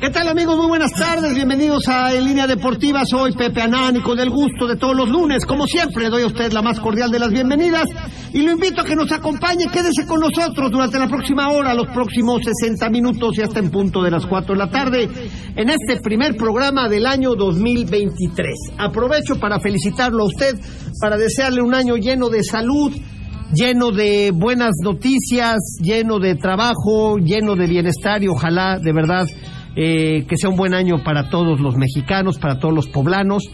¿Qué tal amigos? Muy buenas tardes, bienvenidos a En Línea Deportiva, soy Pepe Anán y con el gusto de todos los lunes, como siempre, doy a usted la más cordial de las bienvenidas y lo invito a que nos acompañe, quédese con nosotros durante la próxima hora, los próximos 60 minutos y hasta en punto de las 4 de la tarde, en este primer programa del año 2023. Aprovecho para felicitarlo a usted, para desearle un año lleno de salud, lleno de buenas noticias, lleno de trabajo, lleno de bienestar y ojalá de verdad eh, que sea un buen año para todos los mexicanos, para todos los poblanos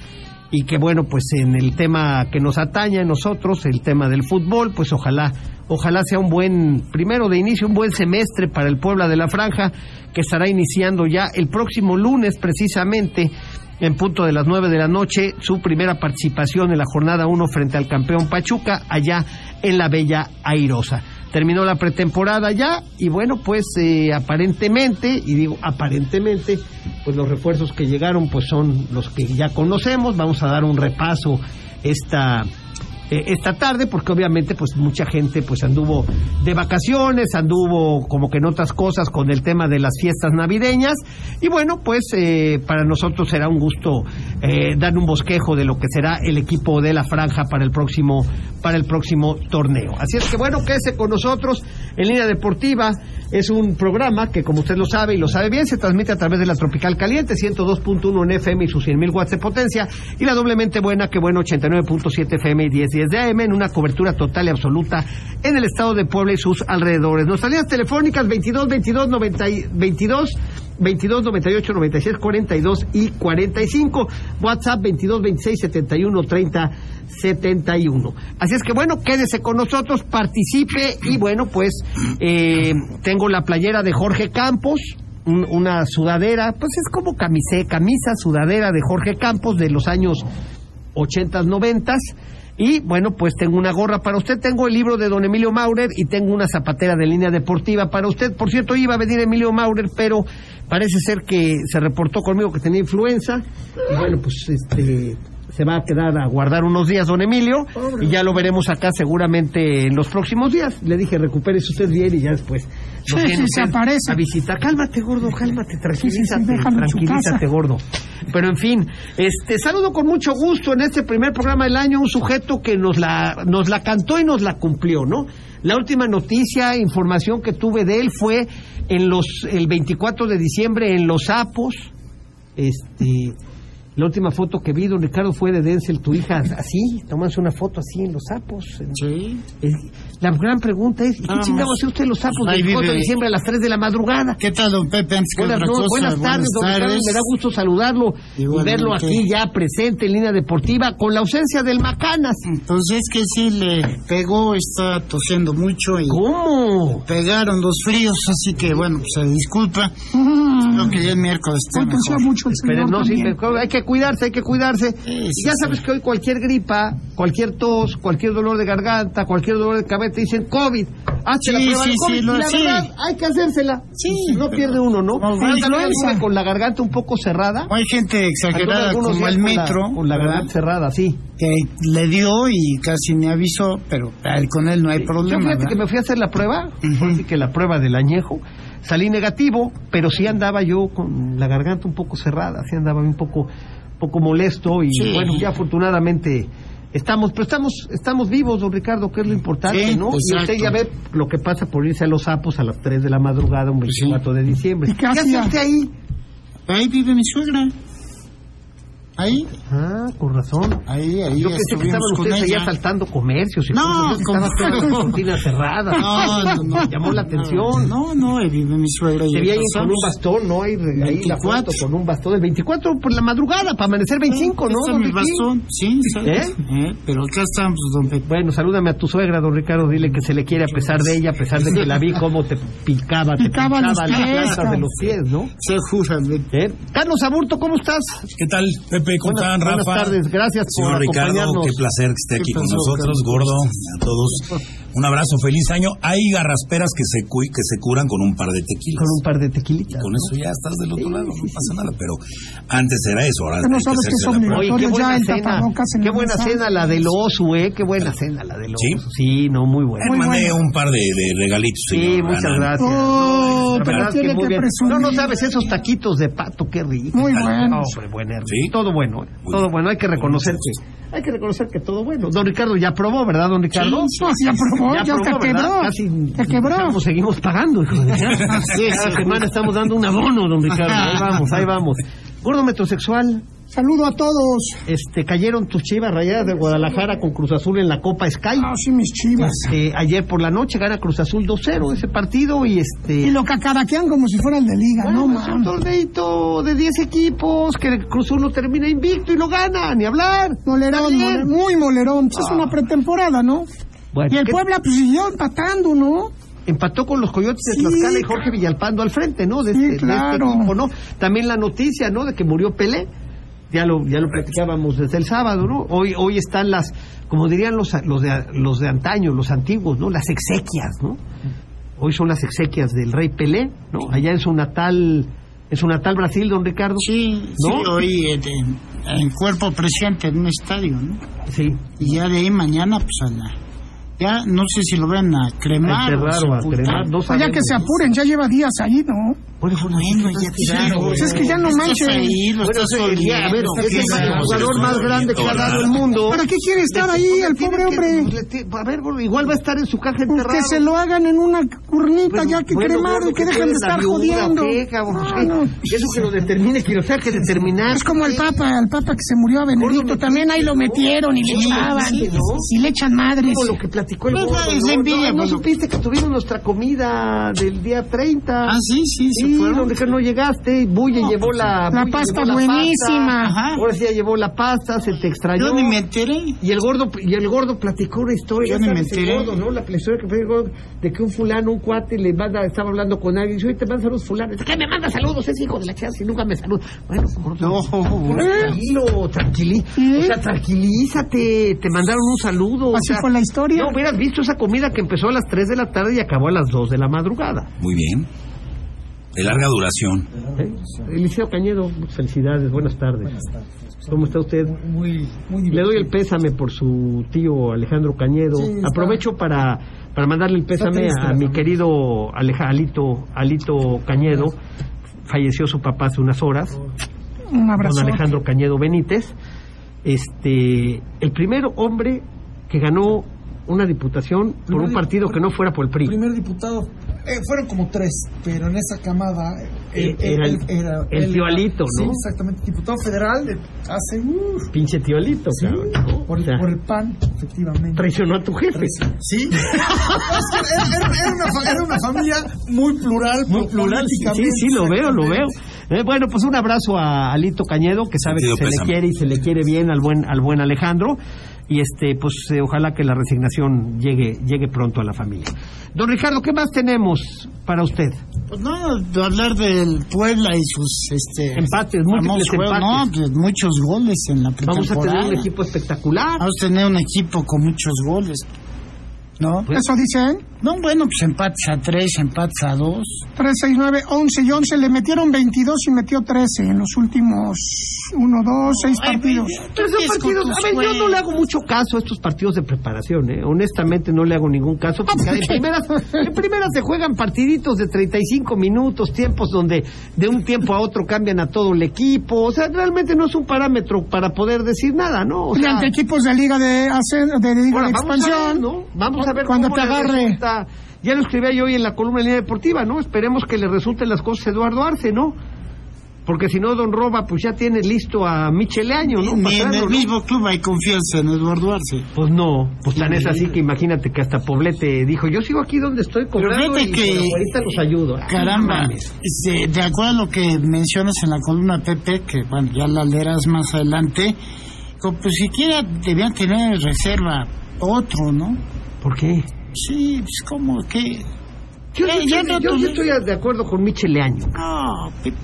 y que bueno, pues en el tema que nos atañe a nosotros, el tema del fútbol, pues ojalá, ojalá sea un buen, primero de inicio, un buen semestre para el Puebla de la Franja, que estará iniciando ya el próximo lunes precisamente en punto de las 9 de la noche, su primera participación en la jornada 1 frente al campeón Pachuca, allá en la Bella Airosa. Terminó la pretemporada ya y bueno, pues eh, aparentemente, y digo aparentemente, pues los refuerzos que llegaron pues son los que ya conocemos. Vamos a dar un repaso esta eh, esta tarde porque obviamente pues mucha gente pues anduvo de vacaciones anduvo como que en otras cosas con el tema de las fiestas navideñas y bueno pues eh, para nosotros será un gusto eh, dar un bosquejo de lo que será el equipo de la franja para el próximo para el próximo torneo así es que bueno quédese con nosotros en línea deportiva es un programa que como usted lo sabe y lo sabe bien se transmite a través de la tropical caliente 102.1 en FM y sus 100.000 watts de potencia y la doblemente buena que bueno 89.7 FM y 10 desde AM en una cobertura total y absoluta en el estado de Puebla y sus alrededores. Nuestras líneas telefónicas 22 22 90 22 22 98 96 42 y 45 WhatsApp 22 26 71 30 71. Así es que bueno, quédese con nosotros, participe y bueno, pues eh, tengo la playera de Jorge Campos, una sudadera, pues es como camiseta, camisa sudadera de Jorge Campos de los años 80, 90. Y bueno, pues tengo una gorra para usted, tengo el libro de don Emilio Maurer y tengo una zapatera de línea deportiva para usted. Por cierto, iba a venir Emilio Maurer, pero parece ser que se reportó conmigo que tenía influenza. Y bueno, pues este se va a quedar a guardar unos días don Emilio y ya lo veremos acá seguramente en los próximos días. Le dije, recupérese usted bien y ya después. Sí, sí, se aparece. A visitar. Cálmate, gordo, cálmate, tranquilízate, Sí, sí, sí, déjalo en su tranquilízate, casa. gordo. Pero en fin, este saludo con mucho gusto en este primer programa del año un sujeto que nos la nos la cantó y nos la cumplió, ¿no? La última noticia, información que tuve de él fue en los el 24 de diciembre en Los Sapos. Este la última foto que vi, don Ricardo, fue de Denzel, tu hija, así, tomándose una foto así en los sapos. en- Sí. es- la gran pregunta es, ¿y ¿qué Vamos. chingados hace usted en los sapos Ahí del 4 de vive. diciembre a las 3 de la madrugada? ¿Qué tal, don Pepe? Antes que Buenas, otra no- cosa, buenas tardes, don Ricardo, me da gusto saludarlo y Igualmente. verlo así ya presente en línea deportiva con la ausencia del Macanas. Entonces es que sí le pegó, está tosiendo mucho y ¿Cómo? pegaron los fríos, así que bueno, pues, se disculpa. Creo que ya el miércoles está Hoy tosió mejor. mucho el Pero señor no, Mm. sí, también. pero hay que cuidarse, hay que cuidarse. Sí, sí, ya sabes sí. que hoy cualquier gripa, cualquier tos, cualquier dolor de garganta, cualquier dolor de cabeza, te dicen COVID. Hazte la Sí, prueba de sí, COVID. sí, lo- Y la sí. verdad, hay que hacérsela. Sí. No pierde uno, ¿no? Como Yo también influenza. anduve con la garganta un poco cerrada. Hay gente Anduve exagerada algunos como días el con la- metro, Con la, ¿verdad? garganta cerrada, sí. que le dio y casi me avisó, pero ay, con él no hay Yo problema. fíjate que ¿verdad? me fui a hacer la prueba, así que la prueba del añejo, salí negativo, pero sí andaba yo con la garganta un poco cerrada, sí andaba un poco, poco molesto y Sí. bueno, ya afortunadamente estamos, pero estamos, estamos vivos, don Ricardo, que es lo importante, Sí, ¿no? Y exacto. usted ya ve lo que pasa por irse a los sapos a las 3 de la madrugada, un Pues sí. 24 de diciembre. ¿Y qué hacía? hace usted ahí? Ahí vive mi suegra. Ahí, Ah, con razón. ahí, ahí. Yo pensé que estuvimos estaban con ustedes ella. allá saltando comercios y No, cosas. Yo que estaba ¿cómo? todas las cortinas cerradas. No, no, no. Llamó la atención. No, no, ahí vive mi suegra. y Se vi ahí con pasamos. un bastón, ¿no? Ahí, ahí la 24. foto con un bastón. El 24 por la madrugada, para amanecer 25, ¿no? Está don Ah, mi Ricky? bastón, sí, ¿sabes? ¿Eh? ¿Eh? Pero acá estamos, don Pepe. Bueno, salúdame a tu suegra, don Ricardo. Dile que se le quiere a pesar de ella, a pesar de que la vi cómo te picaba, te picaba, Picaba los las pies, plantas de los pies, ¿no? Se jura, don ¿Eh? Carlos Aburto, ¿cómo estás? ¿Qué tal, Pepe? ¿Cómo Buenas- están, Rafa? buenas tardes, gracias por Señor Ricardo, acompañarnos. qué placer que esté ¿Qué aquí con pasó, nosotros, Carlos? gordo, a todos. Un abrazo, feliz año. Hay garrasperas que se, cu- que se curan con un par de tequilas. Con un par de tequilitas. Con eso ya estás del otro lado, no pasa nada, pero antes era eso, ahora Pero no hay que sabes que hacerse son la prueba. mil- Oye, qué Antonio, ya buena el cena. tapabocas en Qué la buena mesa. cena la del oso, eh. Qué buena cena la del ¿Sí? oso. Sí, no, muy buena. Le Muy mandé bueno. un par de, de regalitos. Sí, señor muchas Anan. gracias. Oh, La pero verdad es tiene que muy bien. No, presumir. no sabes, esos taquitos de pato, qué rico. Muy Ah, bueno. Hombre, buen hermano. Sí. Todo bueno, eh. Muy todo bien. bueno. Hay que reconocer que, hay que reconocer que todo bueno. Don Ricardo ya probó, ¿verdad, don Ricardo? Sí, sí, ya probó, ya probó, te ¿verdad? quebró. Casi Te quebró. estamos- seguimos pagando, hijo de Cada semana estamos dando un abono, don Ricardo. Ahí vamos, ahí vamos. Gordo metrosexual, Saludo a todos. este, cayeron tus chivas rayadas de Guadalajara con Cruz Azul en la Copa Sky. Ah, sí, mis chivas. Este, ayer por la noche gana Cruz Azul 2-0 ese partido y este... Y lo cacaraquean como si fuera el de liga, Bueno, no es Pues, un mames. torneito de 10 equipos que el Cruz Azul termina invicto y lo gana, ni hablar. Molerón, Está bien. mole- muy molerón. Pues es una pretemporada, ¿no? Bueno, Y el Ah. ¿qué- Puebla pues siguió empatando, ¿no? Empató con los Coyotes de Sí, Tlaxcala y claro. Jorge Villalpando al frente, ¿no? De Sí, este, de este claro. equipo, ¿no? También la noticia, ¿no? De que murió Pelé. Ya lo, ya lo platicábamos desde el sábado, ¿no? Hoy, hoy están las, como dirían los, los, de, los de antaño, los antiguos, ¿no? Las exequias, ¿no? Hoy son las exequias del rey Pelé, ¿no? Allá en su natal, en su natal Brasil, don Ricardo. Sí, ¿No? sí, hoy eh, en, en cuerpo presente en un estadio, ¿no? Sí. Y ya de ahí mañana, pues a la- Ya no sé si lo van a cremar. A enterrar o o Pues, a sepultar. cremar, no Oye, que se apuren, ya lleva días ahí, ¿no? Bueno, bueno, ya tiraron. Pues es que ya no Estás manches. ahí, lo Bueno, estás es el día, a ver, oliendo, es el qué raro. jugador más grande que ha dado el mundo. ¿Para qué quiere estar ahí el pobre hombre? Le ti- A ver, gordo, igual va a estar en su caja Pues enterrado. que se lo hagan en una curnita Bueno, ya que bueno, cremar gordo, y que tú dejen de eres la estar viuda, jodiendo. ¿qué, cabrón? No, Ay, no. Eso que lo determine, quiero o sea, que determinar. Es como el Papa, el Papa que se murió a Benedicto, Gordo, también ahí lo metieron y le Sí, echaban sí, ¿no? y le echan madres. Como lo que platicó el Pues, gordo, es ¿no? envidia, No, no pues. supiste que tuvimos nuestra comida del día 30. Ah, sí, sí, se Sí, fueron. donde que no llegaste, Bulle llevó la... La Bulle pasta llevó la pasta, buenísima. Ajá. Ahora sí ya llevó la pasta, se te extrañó. Yo ni me enteré. Y el gordo y el gordo platicó una historia, Yo ni ya me sabes, el enteré. gordo, ¿no? La historia que fue el gordo, de que un fulano, un cuate le manda, estaba hablando con alguien, y dice, "Oye, te manda saludos fulano." Dice, "¿Qué me manda saludos ese hijo de la chance y nunca me saluda?" Bueno, gordo, No, tranquilo, tranquilí, ¿Eh? o sea, tranquilízate, te mandaron un saludo, o Así sea, fue la historia. No hubieras visto esa comida que empezó a las 3 de la tarde y acabó a las 2 de la madrugada. Muy bien. De larga duración. ¿eh? Eliseo Cañedo, felicidades, buenas tardes. ¿Cómo está usted? Muy, muy Le divertido. doy el pésame por su tío Alejandro Cañedo. Sí, está- Aprovecho para, para mandarle el pésame triste a la mi familia. querido Aleja, Alito, Alito Cañedo. Falleció su papá hace unas horas, Un don abrazo. Alejandro Cañedo Benítez. Este, el primer hombre que ganó una diputación por Primer un partido diputado. que no fuera por el PRI. Primer diputado. eh, fueron como tres, pero en esa camada. Eh, era el- el él- tío Alito, sí, ¿no? exactamente. Diputado federal de- hace. uh, Pinche tío Alito, sí, cabrón, ¿no? por, el- O sea, por el pan, efectivamente. traicionó a tu jefe. Sí. era, era- era una, fa- era una familia muy plural. Muy plural, sí, sí, sí, lo veo, lo veo. Eh, bueno, pues un abrazo a Alito Cañedo, que sabe Sentido que se pésame. le quiere y se le quiere bien al buen, al buen Alejandro. Y este, pues eh, ojalá que la resignación llegue, llegue pronto a la familia. Don Ricardo, ¿qué más tenemos para usted? Pues no, de hablar del Puebla y sus este, Empates, múltiples famosos juegos. No, empates. pues muchos goles en la Vamos a tener pretemporada. un equipo espectacular. Vamos a tener un equipo con muchos goles. ¿No? Pues- Eso dicen, No, bueno, pues empates a tres, empates a dos. 3, 6, 9, 11 y 11. Le metieron 22 y metió 13 en los últimos 1, 2, 6 partidos. Pero son partidos- a ver, yo no le hago mucho caso a estos partidos de preparación, ¿eh? honestamente no le hago ningún caso, porque Ah, en primeras, en primeras se juegan partiditos de 35 minutos, tiempos donde de un tiempo a otro cambian a todo el equipo, o sea, realmente no es un parámetro para poder decir nada, ¿no? O Y sea, ante equipos de liga de, ascen- de, liga ahora de vamos a ver, expansión. ¿no? Vamos a ver Cuando cómo te le agarre. resulta. Ya lo escribía yo hoy en la columna de línea deportiva, ¿no? Esperemos que le resulten las cosas a Eduardo Arce, ¿no? Porque si no, Don Roba, pues ya tiene listo a Michele Año, ¿no? Ni en Pasearlo, el ¿no? mismo club hay confianza en Eduardo Arce. Pues no, pues tan es así que imagínate que hasta Poblete dijo, yo sigo aquí donde estoy cobrando fíjate y que- bueno, ahorita los ayudo. Ah, no Caramba, mames. este, de acuerdo a lo que mencionas en la columna Pepe, que bueno, ya la leerás más adelante, co- pues siquiera debían tener reserva otro, ¿no? ¿Por qué? Sí, pues como que Yo, Ya- yo- yo- ya no yo- yo tomé. estoy de acuerdo con Michel Leaño. Pues No, Pepe.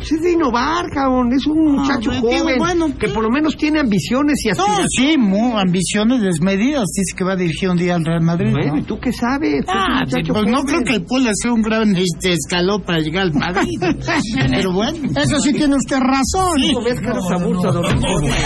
Es de innovar, cabrón. Es un muchacho pues, digo, joven bueno, que ¿qué? por lo menos tiene ambiciones y No, aspiraciones. sí, muy ambiciones desmedidas. Dice que va a dirigir un día al Real Madrid. Bueno, ¿y ¿no? tú qué sabes? Es un Ah, sí, muchacho pues no joven. creo que el Puebla sea un gran este, escalón para llegar al Madrid. Pero bueno. Eso sí tiene usted razón. No ves caras a bursa, don Ramón.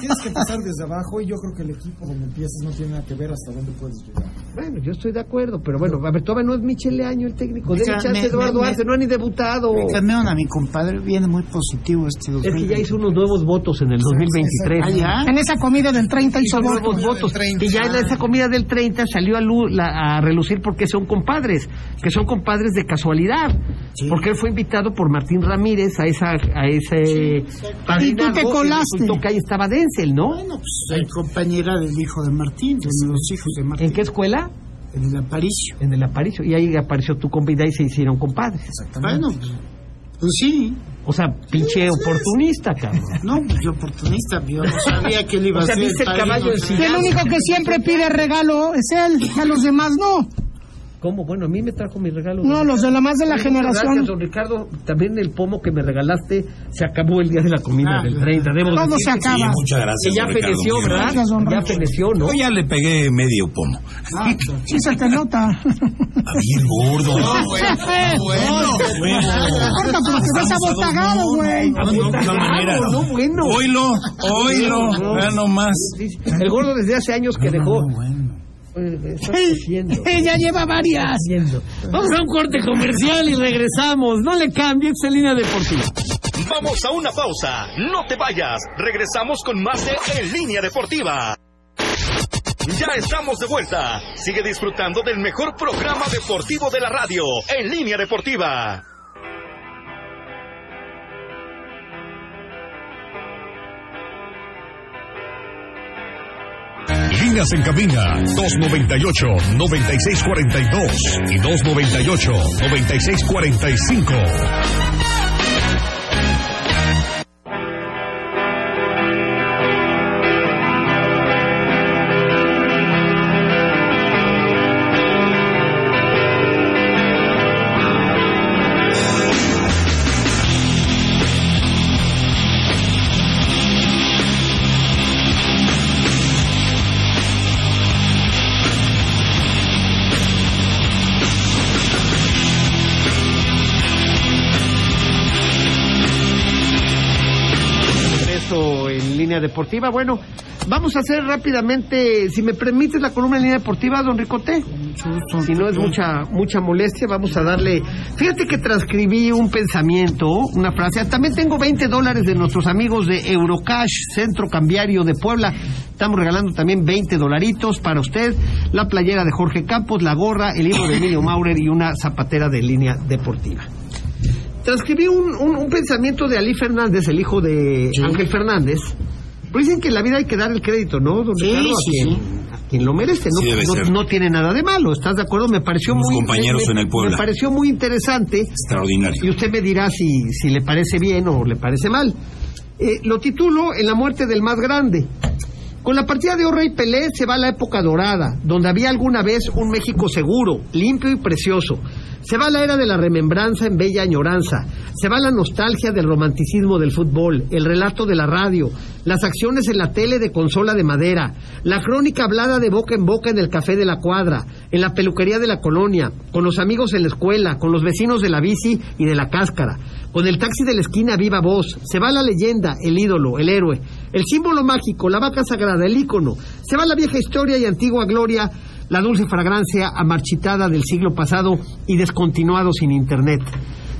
Tienes que empezar desde abajo y yo creo que el equipo donde empiezas no tiene nada que ver hasta dónde puedes llegar. Bueno, yo estoy de acuerdo, pero bueno, a ver, todavía no es Michel Leaño el técnico. O Debe sea, chance a me- Eduardo me- Arce, no ha ni debutado. Me cambiaron a mi compadre, viene muy positivo este Oh. Es que ya 2020. hizo unos nuevos votos en el 2023. Ah, ya. En esa comida del 30 y hizo nuevos votos. Y ya en esa comida del 30 salió a, lu- la- a relucir porque son compadres, que son compadres de casualidad. Porque él fue invitado por Martín Ramírez a esa a ese padrinazgo Y tú te colaste. y resultó que ahí estaba Denzel, ¿no? Bueno, pues soy compañera del hijo de Martín, de uno de los hijos de Martín, ¿En qué escuela? en el Aparicio. En el Aparicio. Y ahí apareció tu compa y de ahí se hicieron compadres. Bueno, pues, pues sí, O sea, pinche oportunista, cabrón. no, pues yo oportunista, yo no sabía que él iba O a sea, ser viste el padrino, caballo pero- ensillar. El único que siempre pide regalo es él, a los demás no. ¿Cómo? Bueno, a mí me trajo mi regalo. No, los de la más de la Muchas Gracias, don generación. Ricardo. También el pomo que me regalaste se acabó el día de la comida Ah, del 30. Debo Todo decir se Sí, acaba. muchas gracias. que ya don Ricardo, feneció, muy ¿verdad? amable. Gracias, don ya Ricardo. feneció, ¿no? Yo ya le pegué medio pomo. Sí se te nota. A bien gordo. Bueno, No importa, pero te ves abotagado, güey. No, no, no, mira. no, bueno. Oílo, oílo, vea nomás. Sí, sí. El gordo desde hace años que dejó. Eh, está creciendo. Ella lleva varias. Vamos a un corte comercial y regresamos. No le cambies esta línea deportiva. Vamos a una pausa. No te vayas. Regresamos con más de En Línea Deportiva. Ya estamos de vuelta. Sigue disfrutando del mejor programa deportivo de la radio, En Línea Deportiva. Líneas en cabina 298-9642 y 298-9645. Eso en línea deportiva. Bueno, vamos a hacer rápidamente, si me permites, la columna en línea deportiva, don Ricote. Si no es mucha mucha molestia, vamos a darle. Fíjate que transcribí un pensamiento, una frase. También tengo 20 dólares de nuestros amigos de Eurocash, Centro Cambiario de Puebla. Estamos regalando también 20 dolaritos para usted. La playera de Jorge Campos, la gorra, el libro de Emilio Maurer y una zapatera de línea deportiva. Transcribí un, un- un pensamiento de Ali Fernández, el hijo de Ángel Fernández. Pero dicen que en la vida hay que dar el crédito, ¿no? Don Sí, Ricardo? sí, a, quien, a quien lo merece, ¿no? Sí, debe No- ser. no tiene nada de malo, ¿estás de acuerdo? Me pareció Somos muy compañeros me- en el Puebla. Me pareció muy interesante y Extraordinario. usted me dirá si, si le parece bien o le parece mal. Eh, lo titulo En la muerte del más grande. Con la partida de Orrey Pelé se va la época dorada, donde había alguna vez un México seguro, limpio y precioso. Se va la era de la remembranza en bella añoranza. Se va la nostalgia del romanticismo del fútbol, el relato de la radio, las acciones en la tele de consola de madera, la crónica hablada de boca en boca en el café de la cuadra, en la peluquería de la colonia, con los amigos en la escuela, con los vecinos de la bici y de la cáscara, con el taxi de la esquina a viva voz. Se va la leyenda, el ídolo, el héroe, el símbolo mágico, la vaca sagrada, el ícono. Se va la vieja historia y antigua gloria, la dulce fragancia amarchitada del siglo pasado y descontinuado sin internet.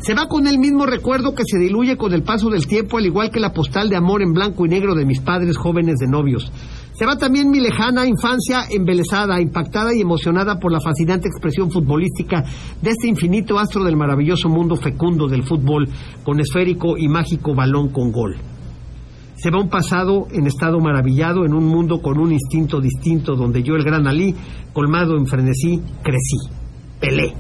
Se va con el mismo recuerdo que se diluye con el paso del tiempo, al igual que la postal de amor en blanco y negro de mis padres jóvenes de novios. Se va también mi lejana infancia embelesada, impactada y emocionada por la fascinante expresión futbolística de este infinito astro del maravilloso mundo fecundo del fútbol, con esférico y mágico balón con gol. Se va un pasado en estado maravillado, en un mundo con un instinto distinto, donde yo, el gran Ali, colmado en frenesí, crecí. Pelé.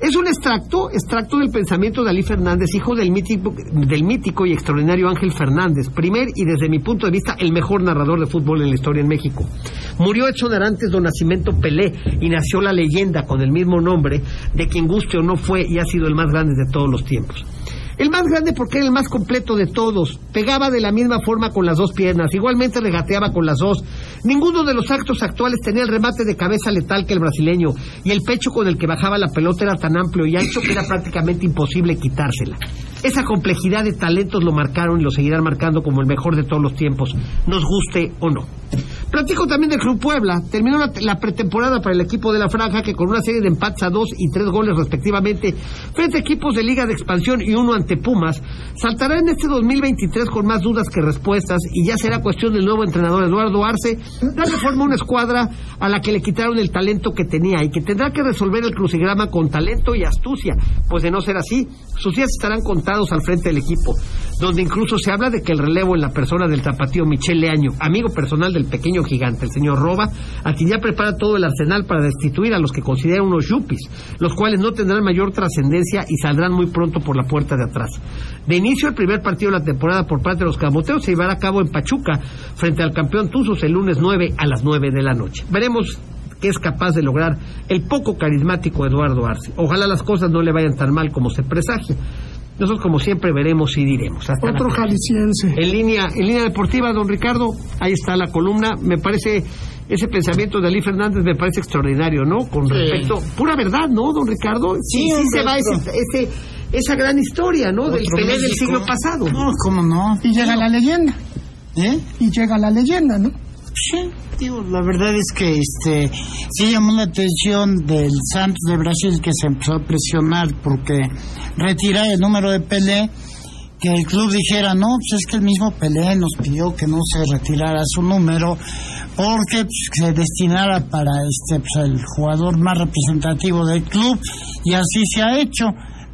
Es un extracto, extracto del pensamiento de Alí Fernández, hijo del mítico, del mítico y extraordinario Ángel Fernández, primer y desde mi punto de vista el mejor narrador de fútbol en la historia en México. Murió exonerantes don Nacimiento Pelé y nació la leyenda con el mismo nombre de quien guste o no fue y ha sido el más grande de todos los tiempos. El más grande porque era el más completo de todos. Pegaba de la misma forma con las dos piernas. Igualmente regateaba con las dos. Ninguno de los actos actuales tenía el remate de cabeza letal que el brasileño. Y el pecho con el que bajaba la pelota era tan amplio y ancho que era prácticamente imposible quitársela. Esa complejidad de talentos lo marcaron y lo seguirán marcando como el mejor de todos los tiempos, nos guste o no. Platico también del Club Puebla. Terminó la, la pretemporada para el equipo de la Franja, que con una serie de empates a dos y tres goles respectivamente, frente a equipos de Liga de Expansión y uno ante Pumas, saltará en este 2023 con más dudas que respuestas y ya será cuestión del nuevo entrenador Eduardo Arce darle forma a una escuadra a la que le quitaron el talento que tenía y que tendrá que resolver el crucigrama con talento y astucia, pues de no ser así, sus días estarán contados al frente del equipo, donde incluso se habla de que el relevo en la persona del zapatío Michel Leaño, amigo personal del pequeño gigante, el señor Roba, a quien ya prepara todo el arsenal para destituir a los que considera unos yuppies, los cuales no tendrán mayor trascendencia y saldrán muy pronto por la puerta de atrás. De inicio, el primer partido de la temporada por parte de los camoteos se llevará a cabo en Pachuca, frente al campeón Tuzos el lunes 9 a las 9 de la noche. Veremos que es capaz de lograr el poco carismático Eduardo Arce. Ojalá las cosas no le vayan tan mal como se presagia. Nosotros, como siempre, veremos y diremos. Hasta la Otro próxima. jalisciense. En línea, en línea deportiva, don Ricardo, ahí está la columna. Me parece, ese pensamiento de Ali Fernández me parece extraordinario, ¿no? Con respecto, pura verdad, ¿no, don Ricardo? Sí, sí, se va ese, ese- esa gran historia, ¿no? Del Otro Pelé del México. siglo pasado. No, cómo no. Y llega la leyenda. ¿Eh? Y llega la leyenda, ¿no? Sí, digo, la verdad es que este sí llamó la atención del Santos de Brasil que se empezó a presionar porque retirar el número de Pelé, que el club dijera, no, pues es que el mismo Pelé nos pidió que no se retirara su número porque pues, se destinara para este pues, el jugador más representativo del club y así se ha hecho.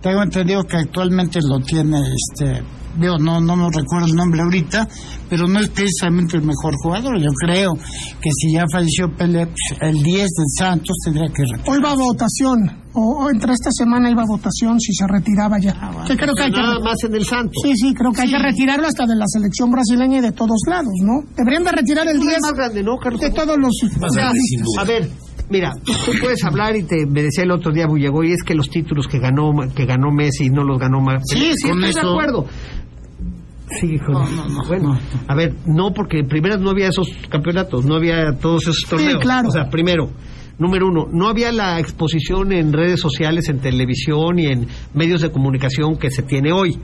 Tengo entendido que actualmente lo tiene este digo, no, no me recuerdo el nombre ahorita, pero no es precisamente el mejor jugador. Yo creo que si ya falleció Pelé, pues, el 10 del Santos tendría que retirarse. Hoy va a votación. O, o entre esta semana iba a votación si se retiraba ya. Que creo que hay que Nada más en el Santos. Sí, sí, creo que hay que retirarlo hasta de la selección brasileña y de todos lados, ¿no? Deberían de retirar el Tú eres 10 más grande, ¿no, Carlos? de todos los... Más grande, sin duda. A ver, mira, tú tú puedes hablar y te me decía el otro día Bullego, y es que los títulos que ganó que ganó Messi no los ganó más. Sí, sí, con estoy de eso. acuerdo. Sí, con- bueno, a ver, no, porque en primeras no había esos campeonatos, no había todos esos torneos. claro. O sea, primero, número uno, no había la exposición en redes sociales, en televisión y en medios de comunicación que se tiene hoy.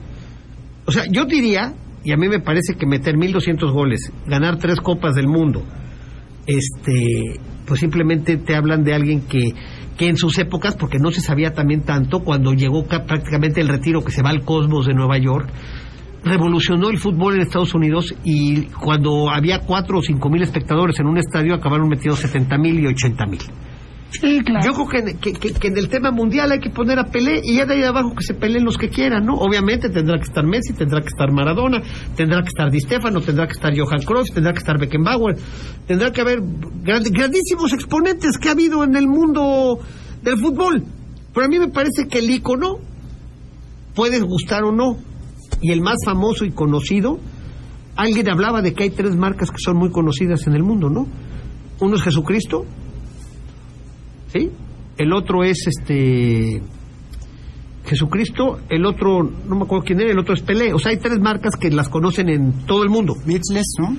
O sea, yo diría, y a mí me parece que meter 1.200 goles, ganar tres copas del mundo, este, pues simplemente te hablan de alguien que, que en sus épocas, porque no se sabía también tanto, cuando llegó ca- prácticamente el retiro que se va al Cosmos de Nueva York, revolucionó el fútbol en Estados Unidos y cuando había cuatro o cinco mil espectadores en un estadio acabaron metidos 70 mil y 80 mil. Sí, claro. Yo creo que en, que- que- que en el tema mundial hay que poner a Pelé y ya de ahí abajo que se peleen los que quieran, ¿no? Obviamente tendrá que estar Messi, tendrá que estar Maradona, tendrá que estar Di Stefano, tendrá que estar Johan Cruyff, tendrá que estar Beckenbauer, tendrá que haber gran- grandísimos exponentes que ha habido en el mundo del fútbol. Pero a mí me parece que el ícono puede gustar o no. Y el más famoso y conocido, alguien hablaba de que hay tres marcas que son muy conocidas en el mundo, ¿no? Uno es Jesucristo, ¿sí? El otro es este Jesucristo, el otro, no me acuerdo quién era, el otro es Pelé. O sea, hay tres marcas que las conocen en todo el mundo. Beatles, ¿no?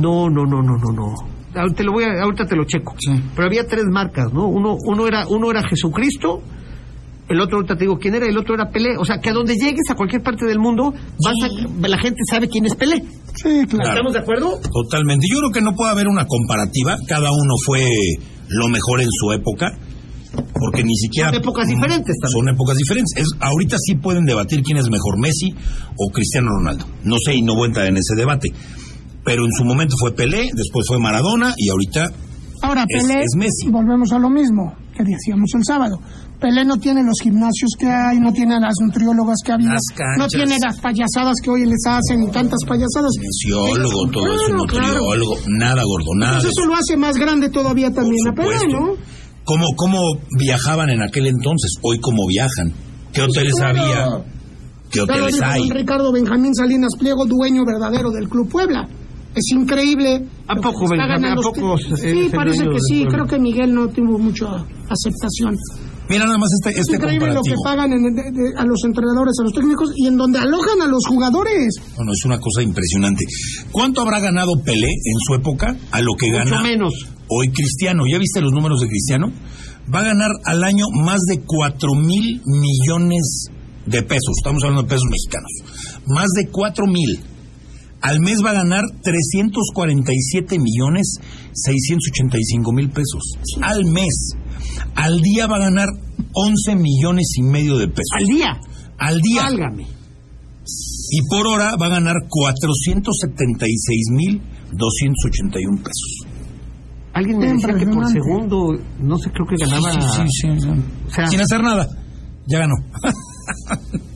No, no, no, no, no, no. Ahorita te lo voy a- ahorita te lo checo. Sí. Pero había tres marcas, ¿no? Uno, uno era, uno era Jesucristo, el otro ahorita te digo quién era, el otro era Pelé. O sea, que a donde llegues a cualquier parte del mundo, vas a- la gente sabe quién es Pelé. Sí, claro. ¿Estamos de acuerdo? Totalmente. Yo creo que no puede haber una comparativa. Cada uno fue lo mejor en su época. Porque ni siquiera. Mm, Son épocas diferentes también. Son épocas diferentes. Es- ahorita sí pueden debatir quién es mejor, Messi o Cristiano Ronaldo. No sé y no voy a entrar en ese debate. Pero en su momento fue Pelé, después fue Maradona y ahorita. Ahora, Es- Pelé, es Messi. volvemos a lo mismo que decíamos el sábado. Pelé no tiene los gimnasios que hay, no tiene a las nutriólogas que ha habido, Las no canchas. tiene las payasadas que hoy les hacen y tantas payasadas. Pues Nutriólogo, todo Claro, eso, claro. nutriólogo. Nada gordo, nada. Entonces de- eso lo hace más grande todavía también a Por Pelé, supuesto. ¿no? ¿Cómo, ¿Cómo viajaban en aquel entonces? Hoy, ¿cómo viajan? ¿Qué hoteles Pues claro. había? ¿Qué Ya lo hoteles dijo hay? don Ricardo Benjamín Salinas Pliego, dueño verdadero del Club Puebla. Es increíble. ¿A lo que poco, está Benjamín? ganando ¿A poco usted. es Sí, el parece dueño que del sí. Puebla? Creo que Miguel no tuvo mucha aceptación. Mira nada más este, Es este increíble lo que comparativo. pagan en- de- de- a los entrenadores, a los técnicos y en donde alojan a los jugadores. Bueno, es una cosa impresionante. ¿Cuánto habrá ganado Pelé en su época a lo que Mucho gana menos. hoy Cristiano? ¿Ya viste los números de Cristiano? Va a ganar al año más de 4 mil millones de pesos. Estamos hablando de pesos mexicanos. Más de 4 mil. Al mes va a ganar 347 millones 685 mil pesos. Al mes. Al día va a ganar 11 millones y medio de pesos. Al día. Al día. Válgame. Y por hora va a ganar 476.281 pesos. Alguien me decía que por Impresionante. segundo, no sé, creo que ganaba. O Ah. sea, Sin hacer nada. Ya ganó.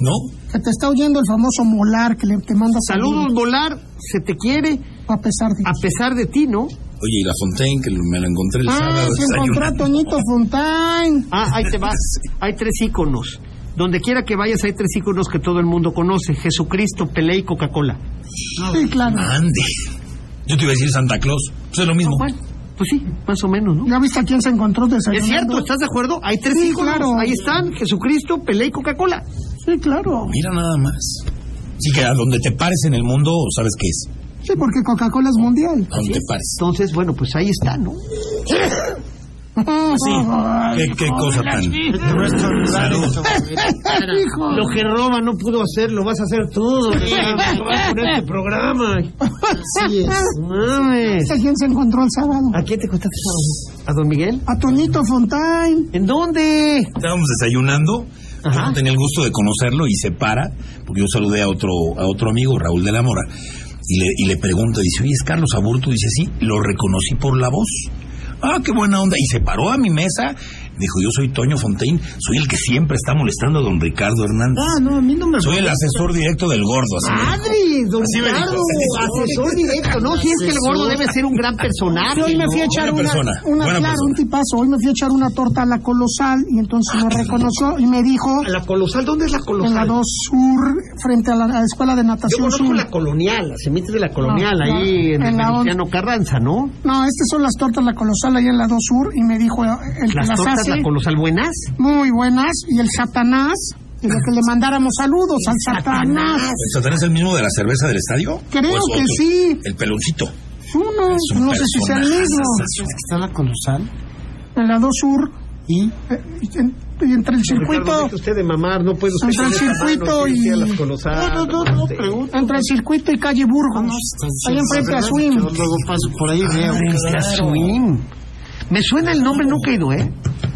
¿No? Que te está oyendo el famoso molar que le, te manda saludos, volar, se te quiere, A pesar de. a pesar de ti, ¿no? Oye, y la Fontaine, que me la encontré el Ah, sábado. se encontró a desayunando. Toñito Fontaine. Ah, ahí te vas. Hay tres íconos. Donde quiera que vayas hay tres íconos que todo el mundo conoce. Jesucristo, Pelé y Coca-Cola. Sí, claro. Ande. Yo te iba a decir Santa Claus. Pues es lo mismo. Bueno, pues sí, más o menos, ¿no? ¿Ya viste a quién se encontró Es desayunando? cierto, ¿estás de acuerdo? Hay tres Sí, íconos. claro. Ahí están, Jesucristo, Pelé y Coca-Cola. Sí, claro. Mira nada más. Sí, que a donde te pares en el mundo, ¿sabes qué es? Sí, porque Coca-Cola es mundial. A donde te pares. Entonces, bueno, pues ahí está, ¿no? ¿Qué, qué cosa tan. Salud. Hijo. Lo que Roma no pudo hacer, lo vas a hacer todo. Con este programa. Así es. Mames. ¿A quién se encontró el sábado? ¿A quién te contaste? Pablo? ¿A don Miguel? A Toñito Fontaine. ¿En dónde? Estábamos desayunando, yo Ajá. no tenía el gusto de conocerlo y se para, porque yo saludé a otro, a otro amigo, Raúl de la Mora, y le, y le pregunto, dice, oye, es Carlos Aburto, dice, sí, lo reconocí por la voz. Ah, qué buena onda. Y se paró a mi mesa, dijo, yo soy Toño Fontaine, soy el que siempre está molestando a don Ricardo Hernández. Ah, no, a mí no me Soy el asesor directo del gordo, así. Ah. me dijo. Madre, don Así me dijo. Ricardo, asesor directo. No, si es que el gordo debe ser un gran personaje. Hoy me fui a echar buena una, persona, una- buena claro, persona. un tipazo. Hoy me fui a echar una torta a la colosal y entonces me reconoció y me dijo ¿no? Ah, La colosal, ¿dónde es la en la colosal? 2 Sur, frente a la, a la escuela de Yo natación conozco sur. la colonial, las semillas de la colonial, No, ahí no, en, en el la Venustiano Carranza, ¿no? No, estas son las tortas la colosal ahí en la 2 Sur y me dijo eh, el que Las las, tortas, hace la colosal, buenas. muy buenas y el satanás dijo que le mandáramos saludos al satanás. ¿El Satanás es el mismo de la cerveza del estadio? Creo ¿O Pues, es que otro? sí. El peloncito. Uno, Es un no sé si sea el personaje. mismo. Está la colosal. En la 2 Sur Y eh, y en- y entre el Ricardo, circuito deje usted de mamar, no puede usted... Entre el con esa circuito mano, tiene que ir a y- las colosales, No, no, no, no, usted. pregunta. entre el circuito y calle Burgos, ahí enfrente a Swim. Yo luego paso por ahí y veo. Frente a Swim. Me suena el nombre, nunca he ido, ¿eh?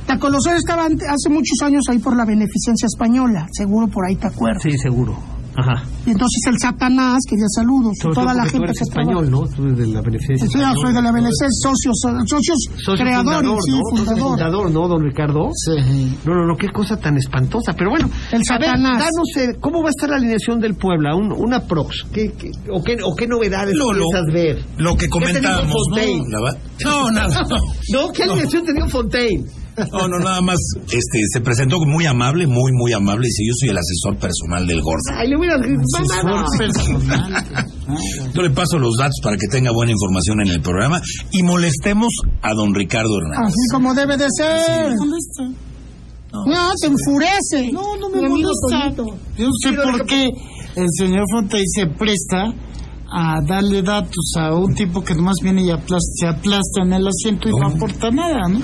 La Colosal estaba ante- hace muchos años ahí por la beneficencia española, seguro por ahí te acuerdas. Sí, seguro. Ajá. Y entonces el Satanás quería saludos, Sobre toda todo la porque tú gente eres que español, ¿no? Tú eres de la beneficencia. trabaja. Sí, yo soy de la BNC, socios, socios, Socio creadores, fundador, sí, ¿no? fundador. fundador, ¿no, don Ricardo? Sí. No, no, no, qué cosa tan espantosa. Pero bueno, El a ver, Satanás. danos, eh, ¿cómo va a estar la alineación del Puebla? Un- una prox. ¿Qué, qué- o, qué, ¿O qué novedades Lo- lo- piensas ver? Lo que dijo comentábamos. Fontaine? ¿no? La va- No, nada. no. No, ¿qué alineación te dio Fontaine? No, no, nada más. Este, se presentó muy amable, muy, muy amable. Y dice, yo soy el asesor personal del Gordo. Ay, le hubieras mamada. Yo le paso los datos para que tenga buena información en el programa y molestemos a don Ricardo Hernández. Así como debe de ser. No, te enfurece. No, no me Mi amigo molesta. Toñito. Yo no sé por qué el señor Fontaine se presta a darle datos a un tipo que nomás viene y aplasta, se aplasta en el asiento y no aporta nada, ¿no?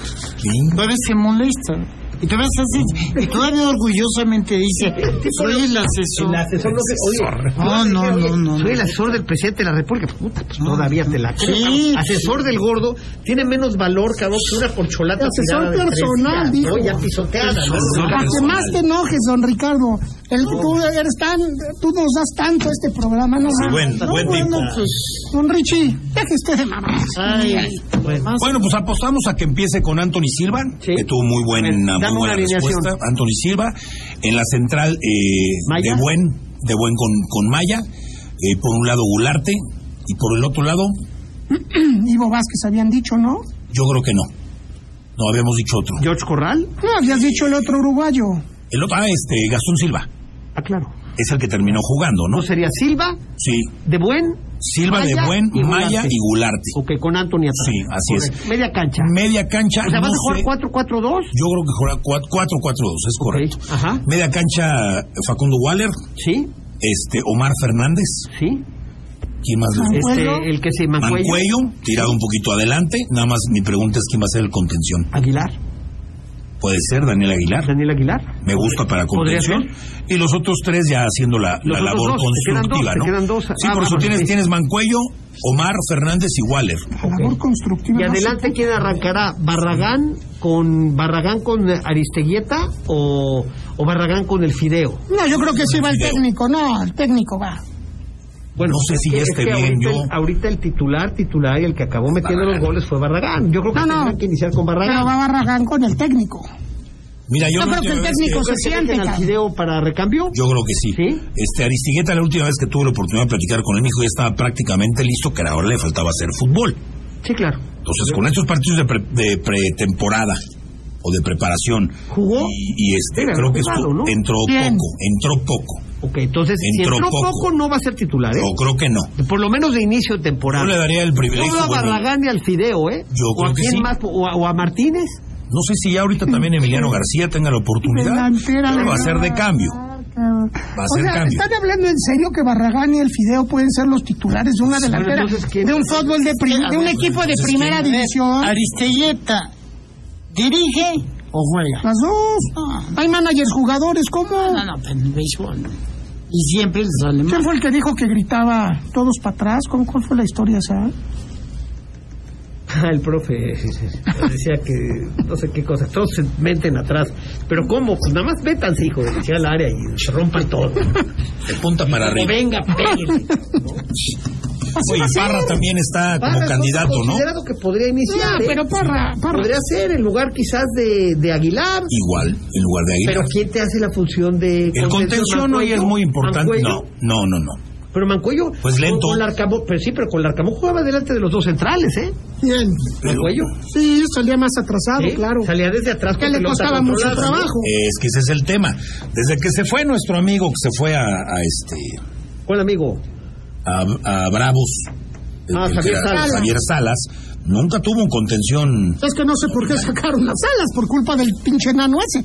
Todavía se molesta. Y todavía se hace- y todavía orgullosamente dice, soy el asesor. Asesor, no sé, oye, No, no, no, no. Soy el asesor del presidente de la República. Puta, Ah, pues todavía te la creo. Sí, asesor del gordo tiene menos valor, cabrón, que una corcholata. Asesor tirada de tres personal, días, ¿no? dijo. Ya pisoteada. ¿no? Para que más te enojes, don Ricardo. El, tú, eres tan, tú nos das tanto a este programa. No, mames. buen- No, buen bueno, tipo. pues, don Richie, deje usted de mamá. Ay, bueno. Bueno, pues apostamos a que empiece con Anthony Silva, Ah. Sí. Pues, que tuvo muy buena, Dame una muy buena alineación. respuesta. Anthony Silva en la central eh, ¿Maya? de buen, de buen con, con Maya. Eh, por un lado Gularte y por el otro lado Ivo Vázquez habían dicho, ¿no? yo creo que no. No, habíamos dicho otro. George Corral. No, habías dicho el otro uruguayo. El otro, ah, este, Gastón Silva. Ah, claro. Es el que terminó jugando, ¿no? No sería Silva, Sí. De Buen. Silva Maya de Buen, y Maya Gularte. y Gularte. Ok, con Anthony atrás. Sí, así es. Media cancha. Media cancha. O sea, ¿vas no a sé. jugar 4-4-2? Yo creo que jugará 4-4-2, es correcto. ajá. Media cancha Facundo Waller, Sí, este Omar Fernández, sí. ¿quién más? le- Este, el que se Mancuello. Mancuello, tirado un poquito adelante. Nada más mi pregunta es quién va a ser el contención. Aguilar. Puede ser Daniel Aguilar. Daniel Aguilar. Me gusta para ¿Podría contención. Y los otros tres ya haciendo la, Los la otros labor dos, te quedan constructiva, dos, te ¿no? quedan dos. Sí, Ah, por eso vamos, tienes, sí. tienes Mancuello, Omar Fernández y Waller. La labor constructiva. Y no adelante, ¿quién arrancará? ¿Barragán con Barragán con Aristeguieta o, o Barragán con el Fideo? sé. No, yo creo que sí va el técnico. No, el técnico va. Bueno, No sé si ya es esté que bien, ahorita, yo- el- ahorita el titular, titular y el que acabó metiendo los goles fue Barragán. Yo creo que No, no. tendrán que iniciar con Pero Barragán. va Barragán con el técnico. Mira, yo No creo te- que el técnico ¿Crees se que siente, meten al cabrón. Fideo para recambio? Yo creo que sí. ¿Sí? Este Aristigueta, la última vez que tuve la oportunidad de platicar con él, dijo ya estaba prácticamente listo, que ahora le faltaba hacer fútbol. Sí, claro. Entonces, con estos partidos de, pre- de pretemporada o de preparación. ¿Jugó? Y, y este, Mira, creo que jugado, estuvo- ¿no? ¿Eh? entró Bien. poco, entró poco. Ok, entonces, si Entró entró poco. poco, no va a ser titular, ¿eh? Yo creo que no. Por lo menos de inicio de Yo le temporada. daría el privilegio. Solo a bueno, Barragán y al Fideo, ¿eh? Yo ¿O creo a que quién sí. más? ¿O a, o a Martínez? no sé si ya ahorita también Emiliano García tenga la oportunidad. Delantera, pero va a ser de delantera. cambio. Va a ser o sea, cambio. ¿están hablando en serio que Barragán y el Fideo pueden ser los titulares de una delantera? entonces, ¿quién? de un fútbol de, prim- de un equipo de entonces, primera ¿quién? división. Aristelleta, ¿dirige o juega? Las dos. No, Hay managers, jugadores, ¿cómo? no, no, pero en el béisbol. no. Y siempre les sale ¿Quién mal. fue el que dijo que gritaba todos para atrás? ¿Cómo, ¿Cuál fue la historia esa? Ah, el profe decía que no sé qué cosa, todos se meten atrás. Pero ¿cómo? Pues nada más métanse, hijo, decía al área y se rompan todo. De punta para O arriba. venga, pégale. Oye, Parra también está como Parra, candidato, ¿no? Ah, Considerado que podría iniciar. ¿eh? Parra, Podría ser en lugar quizás de, de Aguilar. Igual, en lugar de Aguilar. Pero ¿quién te hace la función de El contención hoy es Mancuello? muy importante. No, Mancuello. no, no, no. Pero Mancuello. Pues con- lento. Con Larcamón, pero sí, pero con Larcamón jugaba delante de los dos centrales, ¿eh? Bien. Pero- Mancuello. Sí, salía más atrasado, ¿sí? claro. Salía desde atrás. Que con le pelota costaba mucho controlada, ¿no? trabajo. Es que ese es el tema. Desde que se fue nuestro amigo, que se fue a, a este ¿Cuál amigo? a, a Bravos, el- Ah, el Javier que era Salas. Javier Salas, nunca tuvo un contención. Es que no sé por qué sacaron las alas, por culpa del pinche enano ese.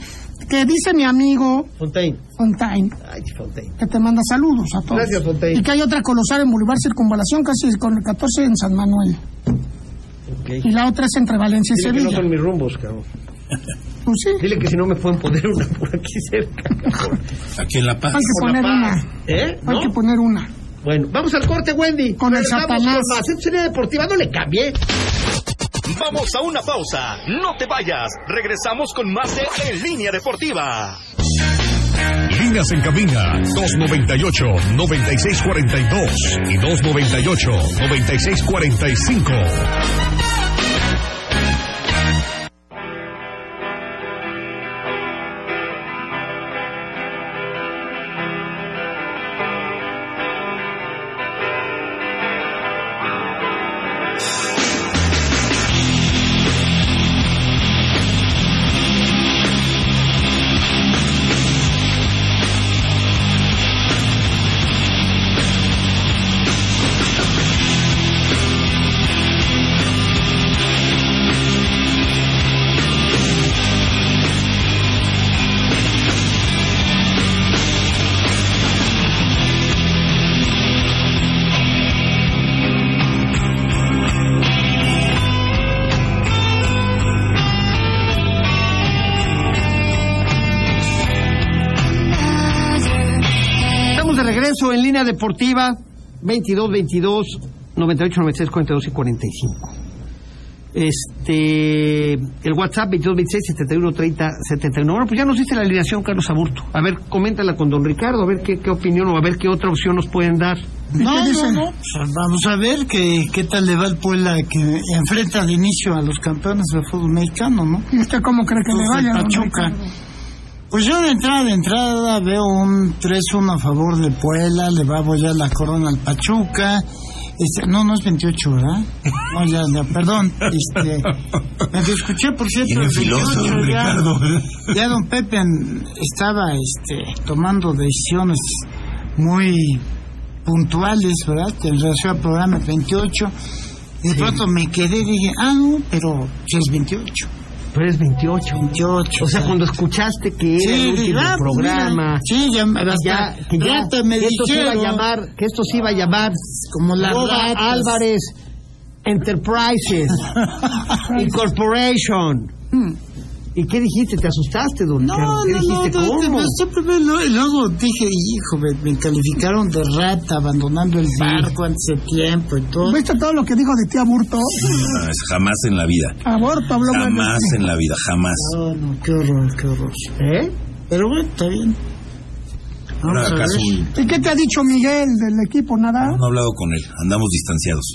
Que dice mi amigo Fontaine. Fontaine, Ay, Fontaine. que te manda saludos a todos. Gracias, Fontaine. Y que hay otra colosal en Boulevard Circunvalación, casi con el 14 en San Manuel. Ok. Y la otra es entre Valencia y Dile que no Sevilla. son mis rumbos, cabrón. Pues sí, hay Dile que si no me pueden poner una por aquí cerca, cabrón. Aquí en La Paz. que Por la poner paz. una. ¿Eh? Hay ¿No? que poner una. Bueno, vamos al corte, Wendy. Con el Regresamos con Satanás. más. Esto es Línea deportiva, no le cambié. Vamos a una pausa. No te vayas. Regresamos con más de En Línea Deportiva. Líneas en cabina 298-9642 y 298-9645. Estamos de regreso en línea deportiva 22 22 98 96 42 y 45. Este, el WhatsApp 22 26 71 30 71. Bueno, pues ya nos dice la alineación Carlos Aburto. A ver, coméntala con don Ricardo, a ver qué, qué opinión o a ver qué otra opción nos pueden dar. No, qué no, dicen? no. Pues Vamos a ver que- qué tal le va el Puebla que enfrenta de inicio a los campeones del fútbol mexicano, ¿no? ¿Y usted cómo cree que le Entonces, vaya? don Pachuca. Ricardo? Pues yo de entrada, de entrada veo un 3-1 a favor de Puebla, le va a apoyar la corona al Pachuca, Este, no, no es 28, ¿verdad? No, ya, ya, perdón. Este, me te escuché, por cierto. Tiene el 28, filoso, don ya, Ricardo. ya don Pepe an- estaba este, tomando decisiones muy puntuales, ¿verdad? En relación al programa 28. De pronto me quedé y dije, ah, no, pero si es 28. Pero es 28. 28. O sea, cuando escuchaste que era el último ah, pues mira, programa, sí, ya, ya, hasta que, ya- rata me que esto se iba a dijeron. llamar, que esto se iba a llamar como la Roda ratas. Álvarez Enterprises Incorporation. ¿Y qué dijiste? ¿Te asustaste, don Mm. No, Ricardo? no, ¿Qué no, dijiste? no, ¿Cómo? no, siempre me lo- y luego dije, hijo, me, me calificaron de rata, abandonando el barco antes de tiempo y todo. ¿Viste todo lo que dijo de ti aborto? No, es jamás en la vida. Aborto, habló bueno. Jamás en la vida, jamás. No, Ah, no, qué horror, qué horror. ¿Eh? Pero bueno, está bien. Ahora Vamos a acaso ver. un- ¿Y qué te ha dicho Miguel del equipo? ¿Nada? no he hablado con él, andamos distanciados.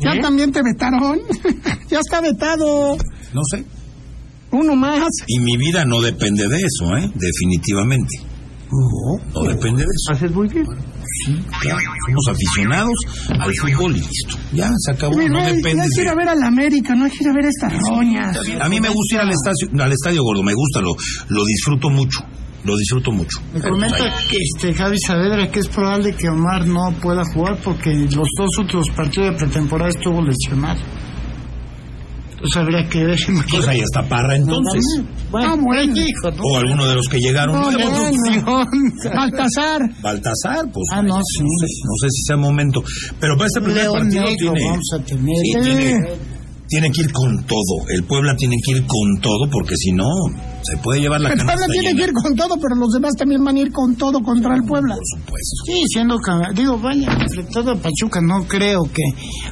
¿Ya también te vetaron? ya está vetado. No sé. Uno más. Y mi vida no depende de eso, ¿eh? Definitivamente. No depende de eso. Haces muy bien. Ya, somos aficionados al fútbol y listo. Ya, se acabó. Miguel, No ya depende quiero de... ver a la América, no quiero ver a estas roñas. A mí me gusta ir al estadio, al estadio gordo, me gusta, lo, lo disfruto mucho. Lo disfruto mucho. Me comenta que este Javi Saavedra que es probable que Omar no pueda jugar porque los dos últimos partidos de pretemporada estuvo lesionado. Entonces habría que ver. Pues ahí está Parra entonces. Bueno, Ah, bueno. ¿qué dijo, no? O alguno de los que llegaron. No, nuevos. Baltasar. Baltasar, pues. Ah, no, sí. sé, no sé si sea momento. Pero para este primer León partido Negro tiene, vamos a tener. eh. sí, tiene, tiene que ir con todo. El Puebla tiene que ir con todo porque si no, se puede llevar la El Puebla canasta tiene llena, que ir con todo, pero los demás también van a ir con todo contra el Puebla. Por supuesto. Sí, siendo cam- digo, vaya, enfrentado a Pachuca, no creo que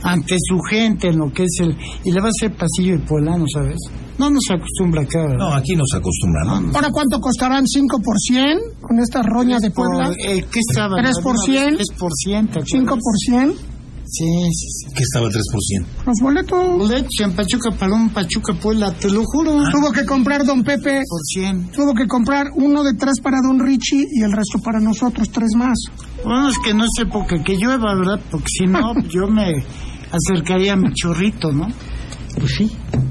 ante su gente, en lo que es el. Y le va a hacer pasillo el poblano, ¿sabes? No nos acostumbra acá, ¿verdad? No, aquí no se acostumbra, ¿no? Ahora, ¿cuánto costarán? ¿5 por 100 con estas roñas de Por- Puebla? eh, ¿Qué estaba? ¿Tres por cien? 3 por 100, ¿5 por 100? Sí, sí, sí. Que estaba el 3%. Los boletos. Boletos en Pachuca, Paloma, Pachuca, Puebla, te lo juro. Tuvo que comprar Don Pepe. Por 100. Tuvo que comprar uno de tres para Don Richie y el resto para nosotros, tres más. Bueno, es que no es época que llueva, ¿verdad? Porque si no, yo me acercaría a mi chorrito, ¿no? Pues sí,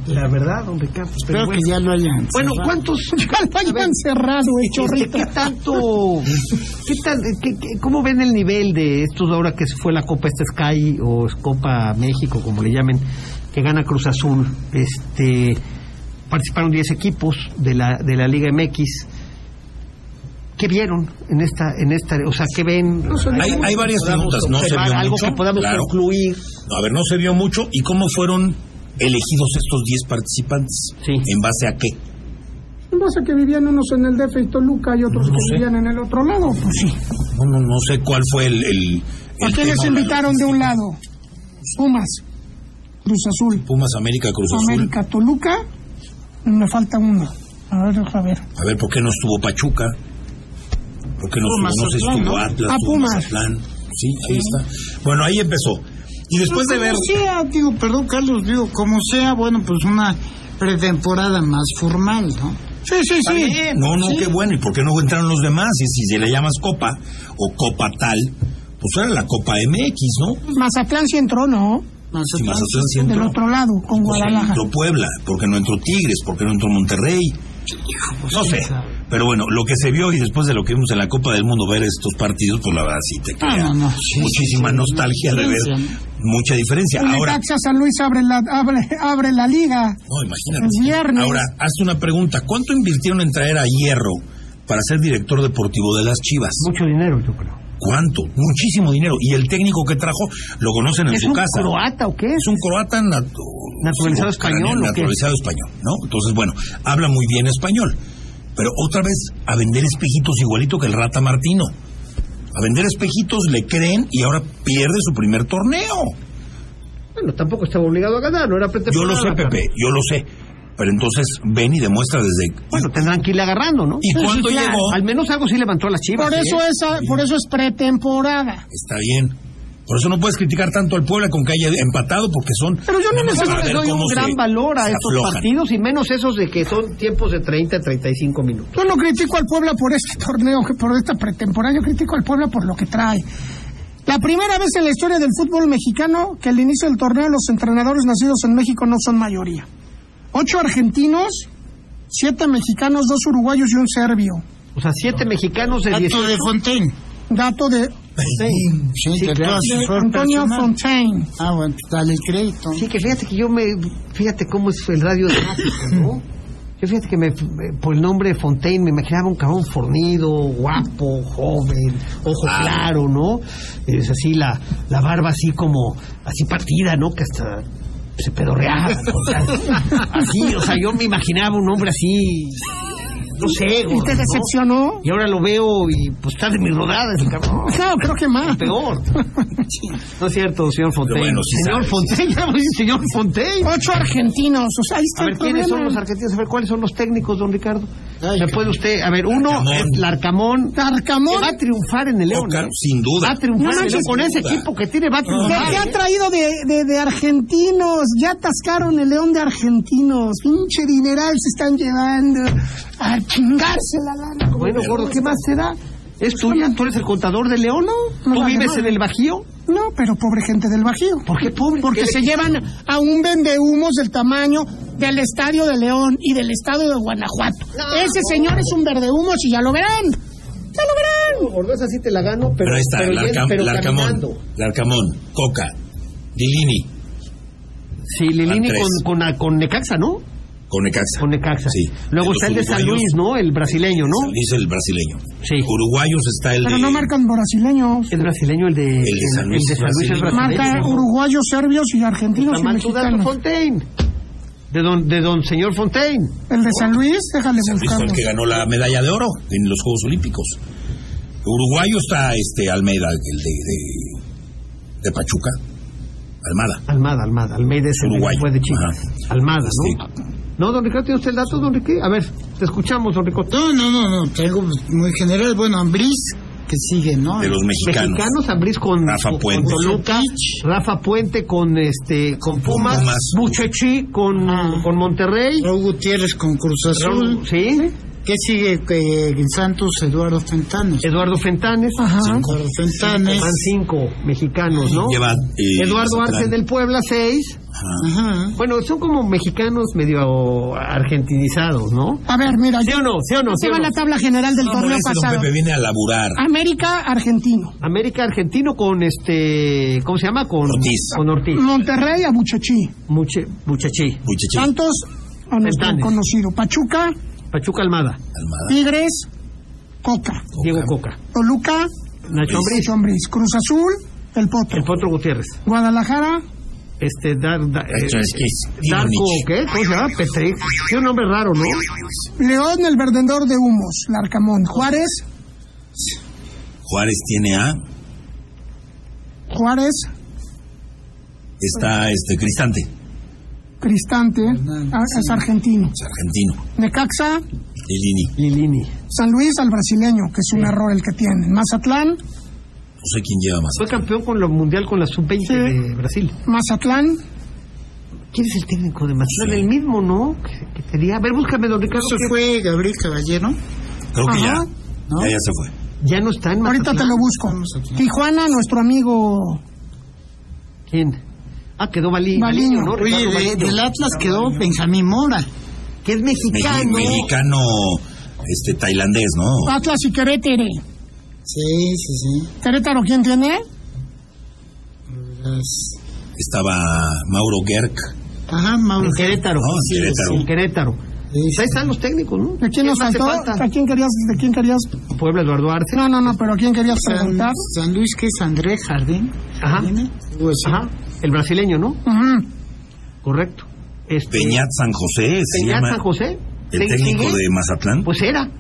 la verdad, don Ricardo. Pero Espero bueno. que ya lo hayan. Bueno, ¿cuántos? Ya lo hayan cerrado, el Este, chorrito. ¿Qué tanto? ¿Qué tan, qué- qué- ¿Cómo ven el nivel de estos ahora que se fue la Copa esta Sky o Copa México, como le llamen, que gana Cruz Azul? Este participaron 10 equipos de la de la Liga MX. ¿Qué vieron en esta en esta, o sea, qué ven? Hay, hay varias preguntas, no se observar vio algo mucho, que podamos claro. concluir. No, A ver, no se vio mucho. ¿Y cómo fueron elegidos estos 10 participantes? Sí. ¿En base a qué? No sé que vivían unos en el DF y Toluca y otros No que sé. vivían en el otro lado. Pues sí. No, no, no sé cuál fue el... el, ¿A el quiénes tema, invitaron este de un lado? Pumas, Cruz Azul, Pumas, América, Cruz Azul. América, Toluca. Me falta uno. A ver, a ver. A ver, ¿por qué no estuvo Pachuca? ¿Por qué no Estuvo estuvo, no sé, Mazatlán, ¿no? estuvo Atlas? Ah, estuvo Pumas. Mazatlán? Sí, ahí está. Bueno, ahí empezó. Y Pues después de Pues Como ver... sea, digo, perdón, Carlos, digo, como sea, bueno, pues una pretemporada más formal, ¿no? Sí, sí, Está sí. bien, No, no, qué bueno. ¿Y por qué no entraron los demás? Y si se le llamas Copa o Copa tal, pues era la Copa MX, ¿no? Mazatlán sí entró, ¿no? Más Y Mazatlán sí Del entró. otro lado, con Pues, Guadalajara. entró Puebla, porque no entró Tigres, porque no entró Monterrey. pues, No sé. Pero bueno, lo que se vio y después de lo que vimos en la Copa del Mundo, ver estos partidos, pues la verdad sí te Ah, crea no, no, sí, muchísima sí, sí, nostalgia de ver diferencia, mucha diferencia. El Ahora, Necaxa San Luis abre la, abre, abre la liga. no, imagínate. Pues El viernes. Ahora, hazte una pregunta. ¿Cuánto invirtieron en traer a Hierro para ser director deportivo de las Chivas? Mucho dinero, yo creo. ¿Cuánto? Muchísimo dinero. Y el técnico que trajo lo conocen en ¿Es su un casa. croata o qué es? Es un croata nat- Naturalizado español, ¿o qué? Naturalizado español, ¿no? Entonces, bueno, habla muy bien español. Pero otra vez, a vender espejitos igualito que el Rata Martino. A vender espejitos le creen y ahora pierde su primer torneo. Bueno, tampoco estaba obligado a ganar, no era Yo lo pretemporada. sé, Pepe, yo lo sé. Pero entonces ven y demuestra desde... Bueno, tendrán que irle agarrando, ¿no? ¿Y cuándo claro. llegó? Al menos algo sí levantó a las chivas. Por ¿eh? eso, es, por eso es pretemporada. Está bien. Por eso no puedes criticar tanto al Puebla con que haya empatado porque son... Pero yo no Vamos a necesito ver que doy cómo un se- gran valor a se estos aflojan. partidos y menos esos de que son tiempos de 30 a 35 minutos. Yo no critico al Puebla por este torneo, que por esta pretemporada, yo critico al Puebla por lo que trae. La primera vez en la historia del fútbol mexicano que al inicio del torneo los entrenadores nacidos en México no son mayoría. Ocho argentinos, siete mexicanos, dos uruguayos y un serbio. O sea, siete mexicanos de Tato 18. de Fontaine. Dato de, Sí, de todas sus de formas Antonio personales. Fontaine. Ah, bueno, dale crédito. Sí, que fíjate que yo me. Fíjate cómo es el radio dramático, ¿no? Yo fíjate que me, me- por el nombre de Fontaine me imaginaba un cabrón fornido, guapo, joven, ojo claro, ¿no? Es así, la, la barba así como, así partida, ¿no? Que hasta se pedorreaba. o sea, así, o sea, yo me imaginaba un hombre así, no sé. ¿Y gordo, te ¿no? decepcionó? Y ahora lo veo y pues está de mis rodadas, el cabrón. Claro, creo que más. Peor. No es cierto, señor Fontaine. Pero bueno, sí señor sabes. Fontaine, ya me dice señor Fontaine. Ocho argentinos, o sea, ahí está A ver, el ¿quiénes son problema. los argentinos? A ver, ¿cuáles son los técnicos, don Ricardo? Ay, ¿Me puede usted? A ver, uno, Larcamón. es Larcamón. Larcamón. Que Va a triunfar en el León. Tocar, ¿eh? sin duda. Va a triunfar No en el manches, León. Con ese duda. equipo que tiene, va a ¿Qué, triunfar. qué ¿eh? han traído de, de- de argentinos? Ya atascaron el león de argentinos. Pinche dineral se están llevando. A chingarse la lana. Bueno, gordo, ¿qué más te da? ¿Es tuya? ¿Tú eres el contador de León, no? No, ¿Tú la vives demás. en el Bajío? No, pero pobre gente del Bajío. ¿Por qué pobre? Porque se llevan a un vendehumos del tamaño del Estadio de León y del Estadio de Guanajuato. Ese señor es un verdehumos y ya lo verán. Ya lo verán. Gordo, esa sí te la gano, pero, Pero ahí está, Larcam- Larcamón, Larcamón, Coca, Dilini, Sí, Lilini Andrés. con, con, con Necaxa, ¿no? con Necaxa. Con Necaxa. Sí. Luego está el de los San uruguayos, Luis, ¿no? El brasileño, San ¿no? Luis el brasileño. Sí. Uruguayos está el Pero de... no marcan brasileños. Es brasileño el de, el de San Luis, el de San Luis es brasileño. brasileño. Marca ¿no? uruguayos, serbios y argentinos Está y mal tu dato, mexicanos. Fontaine. De don, de don señor Fontaine. El de San Luis, déjale San Luis fue buscarlo. el que ganó la medalla de oro en los Juegos Olímpicos. Uruguayo está este Almeida, el de, de- de Pachuca, Almada. Almada, Almada. Almeida es el Uruguayo. que fue de Chivas. Almada, ¿no? Sí. No, don Ricardo, ¿tiene usted el dato, don Ricky? A ver, te escuchamos, don Ricardo. No, no, no, no. Tengo muy general. Bueno, Ambriz, que sigue, ¿no? Este, De los mexicanos. Mexicanos, Ambriz con, Rafa con- Puente. con Toluca, Rafa Puente con este con Pumas, Pumas. Buchechi con, Ah. con Monterrey, Raúl Gutiérrez con Cruz Azul. Raúl- sí, ¿Qué sigue? Eh, Santos, Eduardo Fentanes. Eduardo Fentanes, Eduardo Fentanes. van cinco mexicanos, ¿no? Lleva, eh, Eduardo Mazatlán. Arce del Puebla, seis. Ajá. Bueno, son como mexicanos medio argentinizados, ¿no? A ver, mira, ¿Sí yo o no? ¿Sí o no? ¿Sí se o va no? la tabla general del No, torneo moleste, don pasado. Pepe viene a laburar. América, argentino. América Argentino con este, ¿cómo se llama? Con Ortiz. Con Ortiz. Monterrey, a Buchachí. Muche, Muchachí. Buchichi, Santos, a nuestro Fentanes. conocido. Pachuca, Pachuca Almada. Almada. Tigres, Coca. Diego Coca. Toluca, Nacho Ambriz. Nacho Ambriz. Cruz Azul, El Potro. El Potro Gutiérrez. Guadalajara. Este, Dar, da- eh, Petreskis, Darko, Ivonich. ¿qué? ¿Cómo se llama? Petri. Tiene un nombre raro, ¿no? León, el vendedor de humos. Larcamón. Juárez, Juárez tiene a. Juárez, Está este Cristante, Cristante, a- es argentino. es argentino. Necaxa, Lilini. Lilini. San Luis, al brasileño, que es un error el que tienen. Mazatlán, No sé quién lleva más. Fue campeón con lo mundial con la sub-20 Sí. de Brasil. Mazatlán, ¿Quién es el técnico de Mazatlán? El mismo, ¿no? Que, que tenía. A ver, búscame, don Ricardo. Eso ¿qué- fue Gabriel Caballero. Creo que ya. Ajá. ¿No? Ya, ya se fue. Ya no está en Mazatlán. ahorita te lo busco. Tijuana, nuestro amigo ¿Quién? Ah, quedó Bali- Baliño, Baliño. ¿no? Oye, Ricardo de- Baliño. del Atlas quedó Benjamín Mora. Que es Meji- mexicano. mexicano, este, tailandés, ¿no? Atlas y Querétaro. Sí, sí, sí. Querétaro, ¿quién tiene? Pues, Estaba Mauro Gerk. Ajá, Mauro. En Querétaro. No, Ah, en Sí, Querétaro. En Querétaro. Pues ahí están los técnicos, ¿no? ¿De quién nos ¿Qué más te faltó? falta? ¿A quién querías? ¿De quién querías? Puebla, Eduardo Arce. No, no, no, pero ¿a quién querías San, preguntar? San Luis, que es Andrés Jardín. Ajá. Jardine. Pues, Ajá. El brasileño, ¿no? Ujú. Correcto. Este, Peñat San José, se Peñat llama San José. el ¿Sí- técnico sigue? de Mazatlán. Pues era.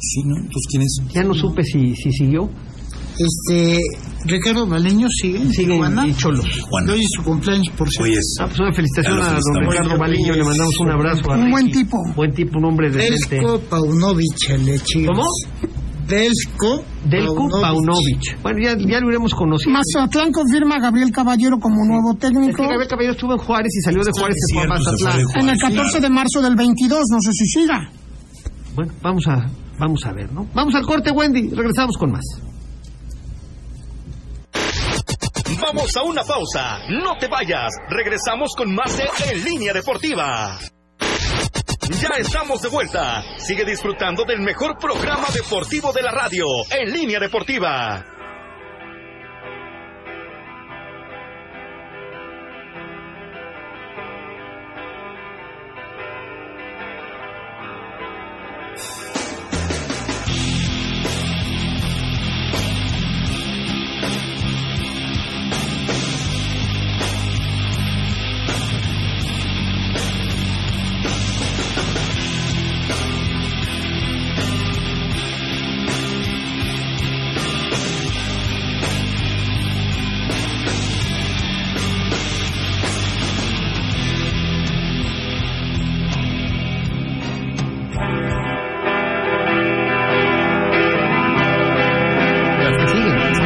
sí, ¿no? Entonces, ¿quién es? Ya no supe si, si siguió. Este, Ricardo Baleño sigue. en Sigue Tijuana. en Cholos. Juan. Hoy es su cumpleaños, por Hoy cierto. es. Ah, pues una felicitación Ya lo a don felicitamos. Ricardo Baliño. Le mandamos un abrazo. A Un buen Ricky. tipo. Buen tipo, un hombre de este. Delko Paunovic, el de Chivas. ¿Cómo? Delko Delko Paunovic. Bueno, ya, ya lo hubiéramos conocido. Mazatlán confirma a Gabriel Caballero como nuevo Es técnico. que Gabriel Caballero estuvo en Juárez y salió de Juárez Es se fue a cierto, se fue Mazatlán. de Juárez, En el 14 claro. de marzo del 22, no sé si siga. Bueno, vamos a, vamos a ver, ¿no? Vamos al corte, Wendy. Regresamos con más. Vamos a una pausa. No te vayas. Regresamos con más de En Línea Deportiva. Ya estamos de vuelta. Sigue disfrutando del mejor programa deportivo de la radio, En Línea Deportiva.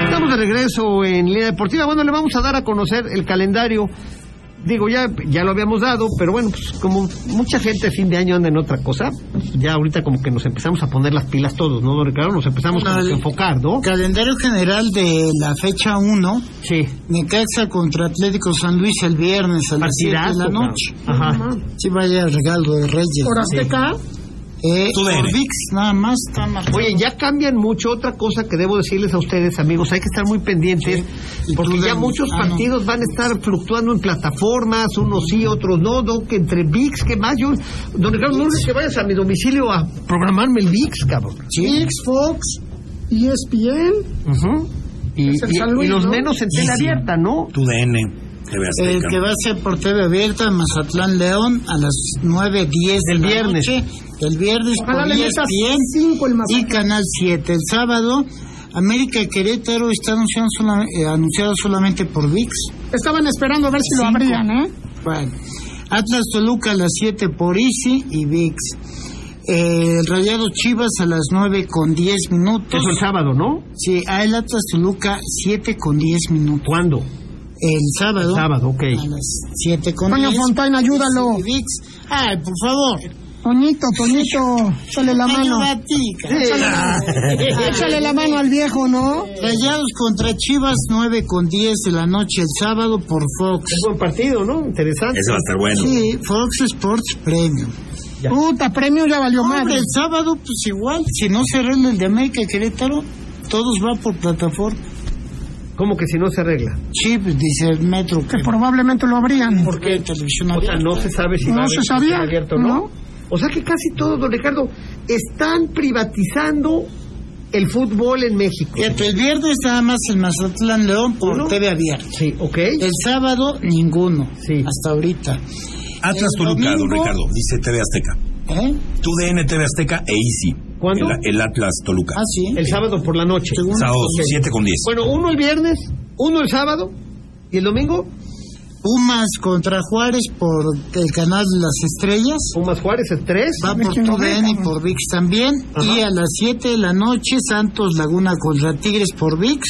Estamos de regreso en Línea Deportiva. Bueno, le vamos a dar a conocer el calendario. Digo, ya, ya lo habíamos dado, pero bueno, pues como mucha gente a fin de año anda en otra cosa, pues, ya ahorita como que nos empezamos a poner las pilas todos, ¿no, don Ricardo? Nos empezamos como Al- que a enfocar, ¿no? Calendario general de la fecha 1. Sí. Necaxa contra Atlético San Luis el viernes a las 7 de la Partidazo, noche. cabrón. Ajá. Sí, vaya regalo de Reyes. Por Azteca, Eh, Tú dele. por VIX nada más está marcado. Oye, ya cambian mucho. Otra cosa que debo decirles a ustedes, amigos, hay que estar muy pendientes Y porque tú ya de- muchos ah, no. partidos van a estar fluctuando en plataformas, unos sí, otros no, no, que entre VIX, que más. Yo, don Ricardo, no es que vayas a mi domicilio a programarme el VIX, cabrón. X, Fox, ESPN, Ujú. Y, Es el y- San Luis, y los ¿no? menos en tela Sí, sí. abierta, ¿no? Tu DN. TV El Azteca. que va a ser por TV abierta en Mazatlán León a las 9.10 Del de la viernes. noche. El viernes Ojalá por E le metas ESPN cinco el y Mazatlán. Canal 7. El sábado, América y Querétaro está anunciado, sola- eh, anunciado solamente por VIX. Estaban esperando a ver si lo Cinco. abrían, ¿eh? Bueno, Atlas Toluca a las 7 por Easy y VIX. Eh, El Rayado Chivas a las 9 con 10 minutos. Eso el sábado, ¿no? Sí, ah, el Atlas Toluca 7 con 10 minutos. ¿Cuándo? El sábado. Sábado, ok. A las 7 con Toño 10. Fontaine, ayúdalo. Y VIX. Ay, por favor. Toñito, Toñito, échale la mano. Ayuda a ti, cara. Échale la mano al viejo, ¿no? Rayados contra Chivas 9 con 10 de la noche el sábado por Fox. Es buen partido, ¿no? Interesante. Ese va a estar bueno. Sí, Fox Sports Premium. Ya. Puta, premio ya valió Hombre, madre. el sábado pues igual, si no se arregla el de América y Querétaro, todos va por plataforma. Como que si no se arregla. Chip dice el metro que Que probablemente lo abrían. ¿Por qué televisión O sea, abierta. no se sabe si No va a se haber sabía, abierto o no. ¿no? O sea que casi todos, don Ricardo, están privatizando el fútbol en México. Fíjate, el viernes nada más el Mazatlán León por Uno. TV abierta. Sí, ok. El sábado ninguno, Sí. hasta ahorita. Atlas El Toluca, don domingo- Ricardo. Dice TV Azteca. ¿Eh? Tu DN, TV Azteca e Easy. ¿Cuándo? El, el Atlas Toluca. Ah, sí. El sábado por la noche. Sábado, Ok. 7 con 10. Bueno, uno el viernes, uno el sábado y el domingo, Pumas contra Juárez por el canal de las estrellas. Pumas Juárez es tres. Va por quiero ver, TUDN y cabrón. por VIX también. Ajá. Y a las 7 de la noche, Santos Laguna contra Tigres por VIX.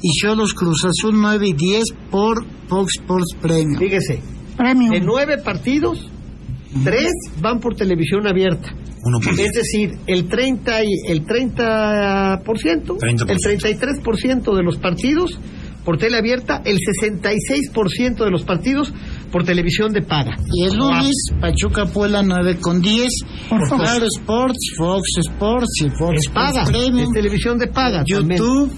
Y Cholos Cruz Azul 9 y 10 por Fox Sports Premium. Fíjese, de Premio. nueve partidos, tres van por televisión abierta. Uno por Es decir, el 30 y el 30%, 30%. el 33% de los partidos por tele abierta, el 66% de los partidos por televisión de paga. Y el lunes, Pachuca Puebla 9 con 10. Por Fox. Claro Sports, Fox Sports y Fox Es paga, es Sports este Premium. televisión de paga. también. YouTube,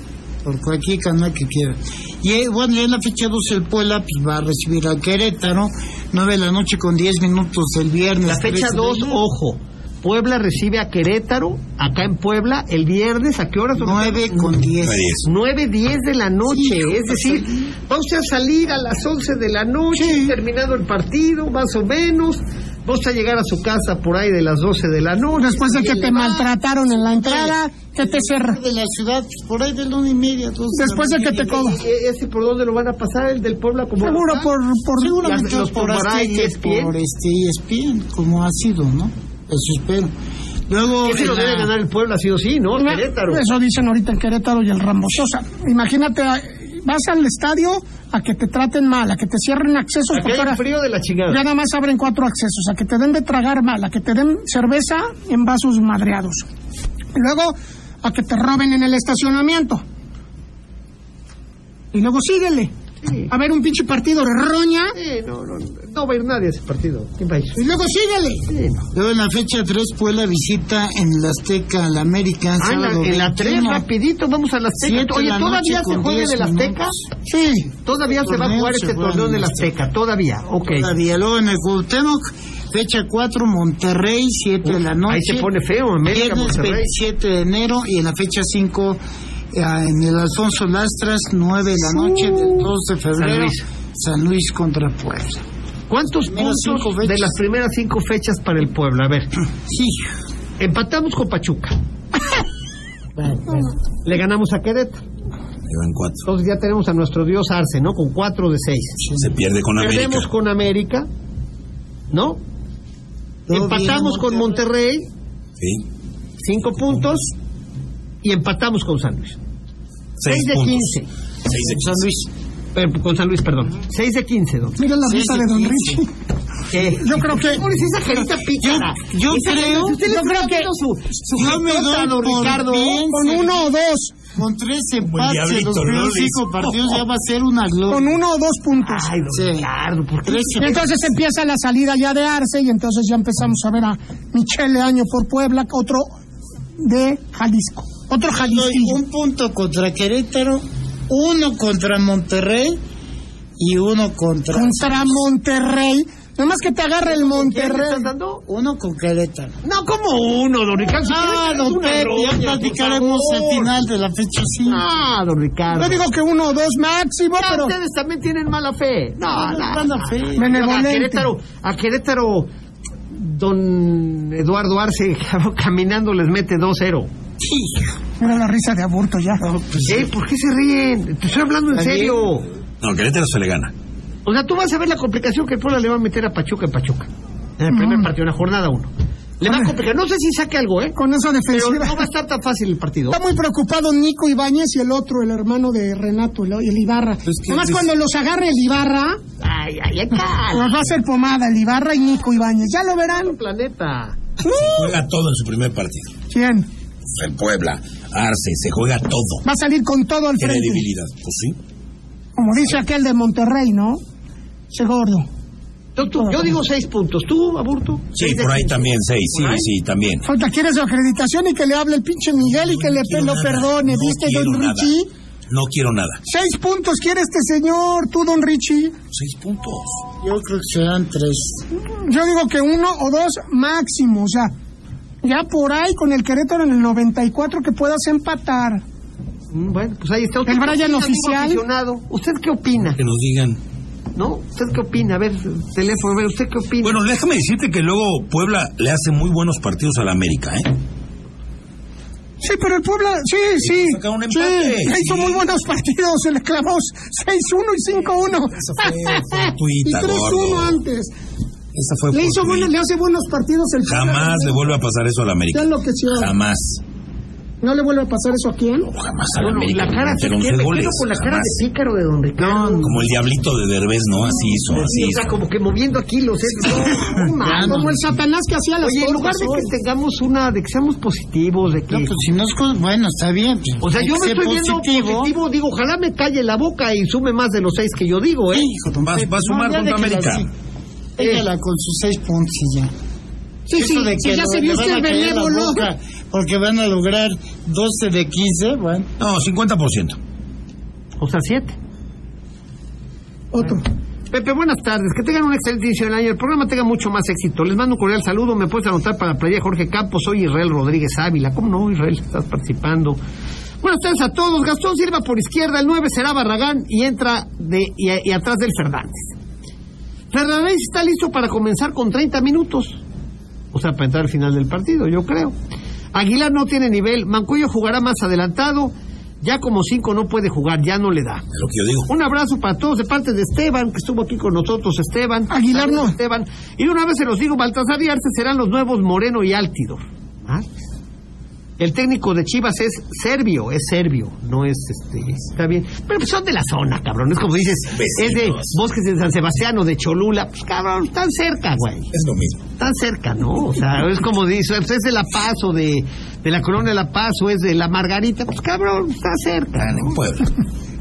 por cualquier canal que quiera. Y eh, bueno, ya en la fecha 12 el Puebla pues, va a recibir al Querétaro, 9 de la noche con 10 minutos el viernes. La fecha 13 de 2, enero. ojo. Puebla recibe a Querétaro, acá en Puebla, el viernes, ¿a qué horas? 9 con 10. 9, 10 de la noche, es decir, vamos a salir a las 11 de la noche, terminado el partido, más o menos, vamos a llegar a su casa por ahí de las 12 de la noche. Después de que te maltrataron en la entrada, que te cerra. De la ciudad, pues, por ahí de luna y media. dos de la Después de que te mañana. co- ¿E- ¿Ese por dónde lo van a pasar? ¿El del Puebla? como Seguro por, por Seguramente Las- los por tomará Azteca, ESPN. por este ESPN, como ha sido, ¿no? Eso espero. Luego. Ese lo en la- debe ganar el Puebla, sí o sí, ¿no? Mira, Querétaro. Eso dicen ahorita el Querétaro y el Ramos. O sea, imagínate, a- vas al estadio a que te traten mal, a que te cierren accesos Aquí hay ahora un frío de la ya chingada. nada más abren cuatro accesos, a que te den de tragar mal, a que te den cerveza en vasos madreados. Luego a que te roben en el estacionamiento. Y luego síguele. Sí. a ver un pinche partido de roña. Sí, no, no, no va a ir nadie a ese partido. ¿Quién va a ir? Y luego síguele. Sí, no. Luego en la fecha 3 Puebla visita en el Azteca al América. Ah, en la, sábado en la tres, 21. rapidito, vamos a las Azteca. Siete de Oye, la ¿todavía noche se con juega en diez el Azteca? minutos. Sí. ¿Todavía se va a Torneo jugar se este juega torneo en del el Azteca? Todavía, ok. Todavía. Luego en el Cuauhtémoc, fecha 4 Monterrey, 7 de la noche. Ahí se pone feo, América, Viernes Monterrey. 27 de enero y en la fecha 5 eh, en el Alfonso Lastras, 9 de la noche del 2 de febrero. Luis. San Luis contra Puebla. ¿Cuántos Primeras puntos cinco fechas. de las primeras cinco fechas para el pueblo? A ver, Sí. empatamos con Pachuca. Le ganamos a Querétaro. Llevan cuatro. Entonces ya tenemos a nuestro dios Arce, ¿no? Con cuatro de seis. Se pierde con América. Perdemos con América, ¿no? Empatamos con Monterrey, Sí. cinco puntos. Y empatamos con San Luis. Seis de puntos. 15. Seis de San Luis. Eh, con San Luis, perdón. Seis de quince, don. Mira la Sí, risa sí, de Don sí, Richie. ¿Qué? Yo creo que. ¿Cómo es esa carita pícara? yo Esa creo- carita, usted le está yo creo que- haciendo su, su yo me jetota, doy don por Ricardo. bien Con uno o dos. Con 3 empates en diablito, los primeros Lolis. 5 partidos ya va a ser una gloria. Con uno o dos puntos. Ay, don Sí. Ricardo, ¿por qué? Tres Y entonces empieza la salida ya de Arce y entonces ya empezamos a ver a Michele Año por Puebla, otro de Jalisco, otro Doy Jalisco. un punto contra Querétaro, uno contra Monterrey y uno contra. Contra Monterrey. Nada más que te agarre el ¿Quién le Monterrey. estás dando? Uno con Querétaro. No, como uno, don Ricardo. Si Ah, quieres, don una Pepe, roña, ya por platicaremos al favor. final de la fecha 5. No, don Ricardo. Yo digo que uno o dos máximo, Ah, pero ustedes también tienen mala fe. No, no, no, no. A Benevolente. Querétaro, a Querétaro, don Eduardo Arce, caminando les mete 2-0. mira la risa de aburto ya. ¿Eh? ¿Por qué se ríen? Te estoy hablando en serio. No, Querétaro se le gana. O sea, tú vas a ver la complicación que el Puebla le va a meter a Pachuca en Pachuca. En el primer partido, en la jornada 1. Le va a complicar. No sé si saque algo, ¿eh? Con esa Pero defensiva. no va a estar tan fácil el partido. Está muy preocupado Nico Ibáñez y el otro, el hermano de Renato, el, el Ibarra. que- Nada más cuando los agarre el Ibarra, Ay, ay, ay, nos cal. va a hacer pomada el Ibarra y Nico Ibáñez. Ya lo verán. planeta. Juega todo en su primer partido. ¿Quién? El Puebla, Arce, se juega todo. Va a salir con todo al Qué frente. debilidad. Pues sí. Como dice aquel de Monterrey, ¿no? Che gordo. Yo, tú- yo digo seis puntos. ¿Tú, Aburto? Sí, por ahí también, seis. Sí, ¿Por ahí? sí, también. Falta quieres su acreditación y que le hable el pinche Miguel y que le quiero lo nada, perdone, no ¿viste, quiero don nada. Richie? No quiero nada. Seis puntos quiere este señor, tú, don Richie. Seis puntos. Yo creo que serán 3. Yo digo que uno o dos máximo, o sea, ya por ahí con el Querétaro en el 94 que puedas empatar. Mm, Bueno, pues ahí está. ¿Usted El qué Brian opina, amigo oficial. aficionado? ¿Usted qué opina? Que nos digan. ¿No? ¿Usted qué opina? A ver, teléfono, a ver, ¿usted qué opina? Bueno, déjame decirte que luego Puebla le hace muy buenos partidos a la América, ¿eh? Sí, pero el Puebla, sí, sí. saca un sí, empate, hizo sí. muy buenos partidos, se le clavó 6-1 y 5-1. fue y fortuita, 3-1 gordo. antes. Esa fue Le, por hizo mí. buenos- le hace buenos partidos el Puebla. Pues Jamás le vuelve a pasar eso a la Ya América. enloqueció. Jamás. ¿No le vuelve a pasar eso a quién? No, jamás a la Bueno, América. la cara, Pero ¿qué? once me goles. quedo con la cara jamás. de pícaro de don Ricardo. Como el diablito de Derbez, ¿no? Así hizo, así Sí, o hizo. sea, como que moviendo aquí los no, no, mano. Como el Satanás que hacía las Oye, en lugar tortas de hoy. que tengamos una, de que seamos positivos, de que... No, pues si no es. con- Bueno, está bien. pues, o sea, yo me Sé estoy viendo positivo. digo, ojalá me calle la boca y sume más de los seis que yo digo, ¿eh? Va, va a sumar No, ya déjala contra América. así. Déjala con sus 6 puntos y ya. Sí, sí, Eso de sí, que ya lo- se le vio van usted a caer la benévolo. boca Porque van a lograr 12 de 15, bueno. No, 50%. O sea, siete. Otro. Pepe, buenas tardes. Que tengan un excelente inicio del año. El programa tenga mucho más éxito. Les mando un cordial saludo. Me puedes anotar para la playa Jorge Campos. Soy Israel Rodríguez Ávila. ¿Cómo no, Israel? Estás participando. Buenas tardes a todos. Gastón Silva por izquierda. El 9 será Barragán y entra de, y, y atrás del Fernández. Fernández está listo para comenzar con 30 minutos. O sea, para entrar al final del partido, yo creo. Aguilar no tiene nivel. Mancuello jugará más adelantado. Ya como 5 no puede jugar. Ya no le da. Es lo que yo digo. Un abrazo para todos de parte de Esteban, que estuvo aquí con nosotros, Esteban. Aguilar, Saludos, no. Esteban. Y de una vez se los digo, Baltasar y Arce serán los nuevos Moreno y Áltido. ¿Ah? El técnico de Chivas es serbio, es serbio, no es este, está bien. Pero pues son de la zona, cabrón, es como dices, es de Vecinos. Bosques de San Sebastián o de Cholula, pues cabrón, están cerca, güey, Es lo mismo. están cerca, ¿no? O sea, es como dices, pues, es de La Paz o de, de la Corona de La Paz o es de La Margarita, pues cabrón, está cerca, Están ¿no? en Puebla.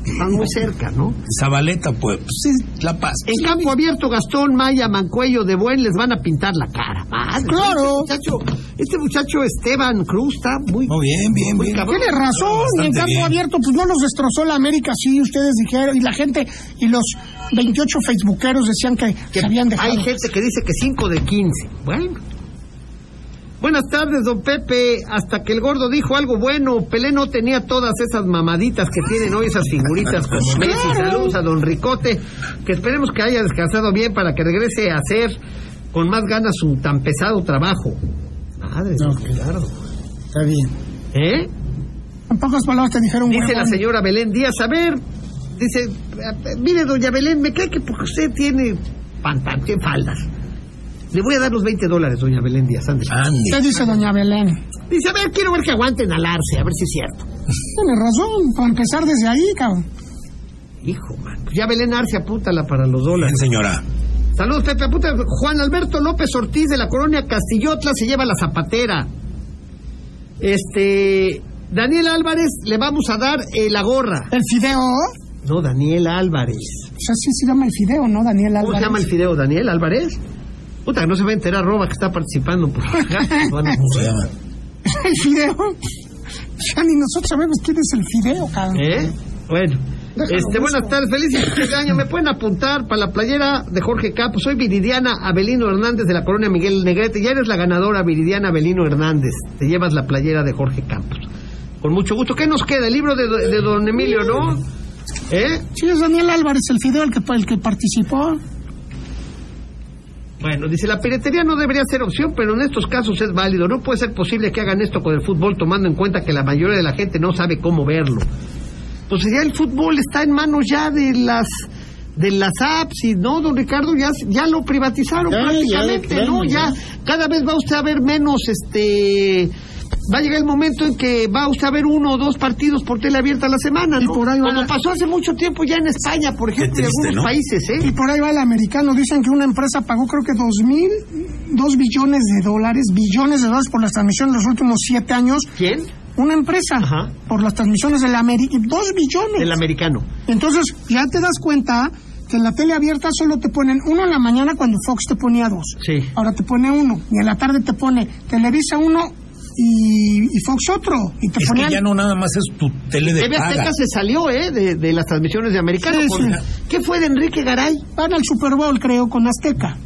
Están muy cerca, ¿no? Zabaleta, pues, pues, sí, La Paz. En campo abierto, Gastón, Maya, Mancuello, De Buen les van a pintar la cara. Madre, Claro. Este muchacho, este muchacho Esteban Cruz está muy. Muy bien, bien, bien. cabrón. Ah, Tiene razón, y en Bastante campo bien. abierto, pues no los destrozó la América, sí, ustedes dijeron, y la gente, y los 28 facebookeros decían que, Que se habían dejado. Hay gente que dice que 5 de 15. Bueno. Buenas tardes, don Pepe. Hasta que el gordo dijo algo bueno, Pelé no tenía todas esas mamaditas que tienen hoy, esas figuritas como Messi. Saludos a don Ricote, que esperemos que haya descansado bien para que regrese a hacer con más ganas su tan pesado trabajo. Madre, No, don Gerardo. Está bien. ¿Eh? En pocas palabras te dijeron, Dice la huevón. señora Belén Díaz, a ver, dice, a- a- mire, doña Belén, me cae que porque usted tiene pantalón, tiene faldas. Le voy a dar los 20 dólares, doña Belén Díaz, ándele. Ande. ¿Qué dice doña Belén? Tiene Dice, a ver, quiero ver que aguanten al arce, a ver si es cierto. razón, para empezar desde ahí, cabrón. Hijo, man, pues ya Belén Arce, apúntala para los Bien, dólares. señora. Saludos, Pepe, apunta. Juan Alberto López Ortiz de la colonia Castillotla se lleva la zapatera. Este, Daniel Álvarez, le vamos a dar eh, la gorra. ¿El fideo? No, Daniel Álvarez. O sea, sí se llama el fideo, ¿no, Daniel Álvarez? ¿Cómo se llama el fideo, Daniel Álvarez? Puta, que no se va a enterar Roba que está participando por acá. Bueno, ¿Cómo se llama? ¿El fideo? Ya ni nosotros sabemos quién es el fideo, cabrón. ¿Eh? Bueno. Déjalo, este, buenas busco. tardes, feliz cumpleaños. ¿Me pueden apuntar para la playera de Jorge Capo? Soy Viridiana Abelino Hernández de la colonia Miguel Negrete. Ya eres la ganadora, Viridiana Abelino Hernández. Te llevas la playera de Jorge Campos. Con mucho gusto. ¿Qué nos queda? El libro de, do- de don Emilio, ¿no? ¿Eh? Sí, es Daniel Álvarez, el fideo, el que, el que participó. Bueno, dice, la piratería no debería ser opción, pero en estos casos es válido. No puede ser posible que hagan esto con el fútbol tomando en cuenta que la mayoría de la gente no sabe cómo verlo. Pues ya el fútbol está en manos ya de las de las apps y no, don Ricardo, ya, ya lo privatizaron Ya, ya, prácticamente, claro, ¿no? Ya cada vez va usted a ver menos, este... Va a llegar el momento en que va usted a ver uno o dos partidos por tele abierta a la semana, ¿no? por ahí van Como a- pasó hace mucho tiempo ya en España, por ejemplo, y en triste, algunos ¿no? países, ¿eh? Y por ahí va el americano. Dicen que una empresa pagó creo que dos mil, dos billones de dólares, billones de dólares por las transmisiones en los últimos siete años. ¿Quién? Una empresa Ajá. por las transmisiones del América, dos billones. El americano. Entonces ya te das cuenta que en la tele abierta solo te ponen uno en la mañana cuando Fox te ponía dos. Sí. Ahora te pone uno y en la tarde te pone Televisa uno y, y Fox otro y te Es ponían que ya no nada más es tu tele de TV paga. Azteca se salió, ¿eh? De, de las transmisiones de americano. Sí, Con- sí. ¿Qué fue de Enrique Garay? van al Super Bowl creo con Azteca,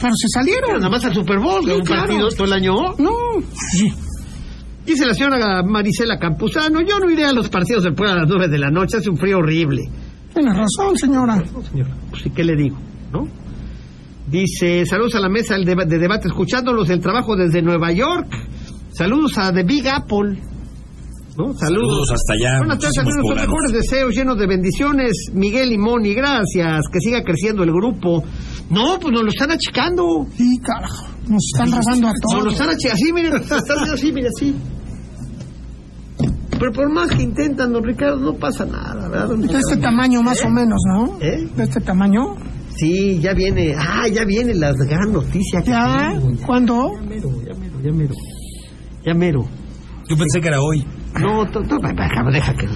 pero se salieron. Pero nada más al Super Bowl, Sí, de un claro. partido todo el año. No, Dice la señora Marisela Campuzano, yo no iré a los partidos del pueblo a las 9 de la noche, hace un frío horrible. tiene razón señora. No, señora, pues ¿y qué le digo? ¿No? Dice, saludos a la mesa del deba- de debate, escuchándolos del trabajo desde Nueva York. Saludos a The Big Apple. ¿No? Saludos. Saludos hasta allá. Buenas tardes, Ah, muchísimos amigos. Los poblanos. mejores deseos llenos de bendiciones. Miguel y Moni, gracias. Que siga creciendo el grupo. No, pues nos lo están achicando. Sí, carajo, nos están robando a Nos lo todos. están achicando. Así, miren, están haciendo así, miren, así. Pero por más que intentan, don Ricardo, no pasa nada, ¿verdad? don De este Ricardo? tamaño más o menos, ¿no? ¿Eh? De este tamaño. Sí, ya viene. Ah, ya viene la gran noticia. que Ya, tengo, ya. ¿cuándo? Ya mero, ya mero, ya mero. Ya mero. Yo pensé que era hoy. No, to- to- deja que...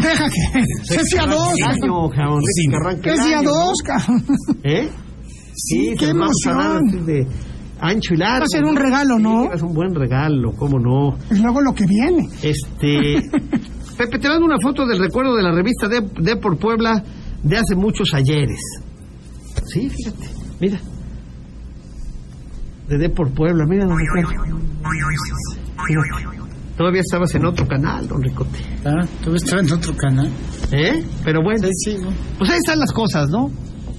Deja que. Es día 2. Año, cabrón, Sí. que arranque el Es día año, ¿no? 2, cabrón. ¿Eh? Sí, te qué lo vamos a dar emoción. así de ancho y largo. Va a ser un regalo, Sí, ¿no? Es un buen regalo, cómo no. Y luego lo que viene. Este. Pepe, te mando una foto del recuerdo de la revista de, de por Puebla de hace muchos ayeres. Sí, fíjate, mira. De De por Puebla, mira don Ricardo. Mira. Todavía estabas en otro canal, don Ricote. Ah, tú estás en otro canal. ¿Eh? Pero bueno, pues ahí están las cosas, ¿no?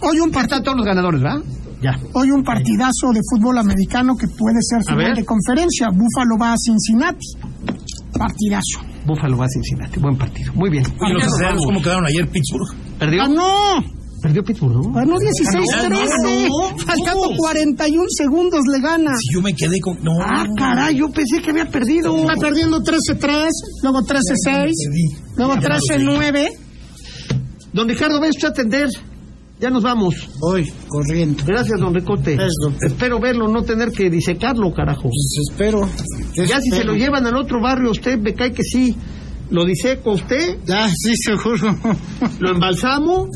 Hoy un, Ahí par- están todos los ganadores, ¿verdad? Ya. hoy un partidazo de fútbol americano que puede ser final ver. de conferencia. Búfalo va a Cincinnati. Partidazo. Búfalo va a Cincinnati. Buen partido. Muy bien. Oye, los aceros, ¿cómo quedaron ayer Pittsburgh? ¿Perdió? ¡Ah, no! Perdió Pittsburgh, Ah, ¿no? Ganó 16-13. Ah, no. Faltando ¿Cómo? 41 segundos le gana. Si yo me quedé con. No. Ah, caray, yo pensé que había perdido. Va perdiendo 13-3, luego 13-6, luego 13-9. Don Ricardo, ven usted a atender. Ya nos vamos. Voy corriendo. Gracias, don Ricote. Es, don Pepe. Espero verlo, no tener que disecarlo, carajo. Pues espero. Ya si se lo llevan al otro barrio, usted me cae que sí. lo diseco usted, Ah, sí, seguro. lo embalsamo,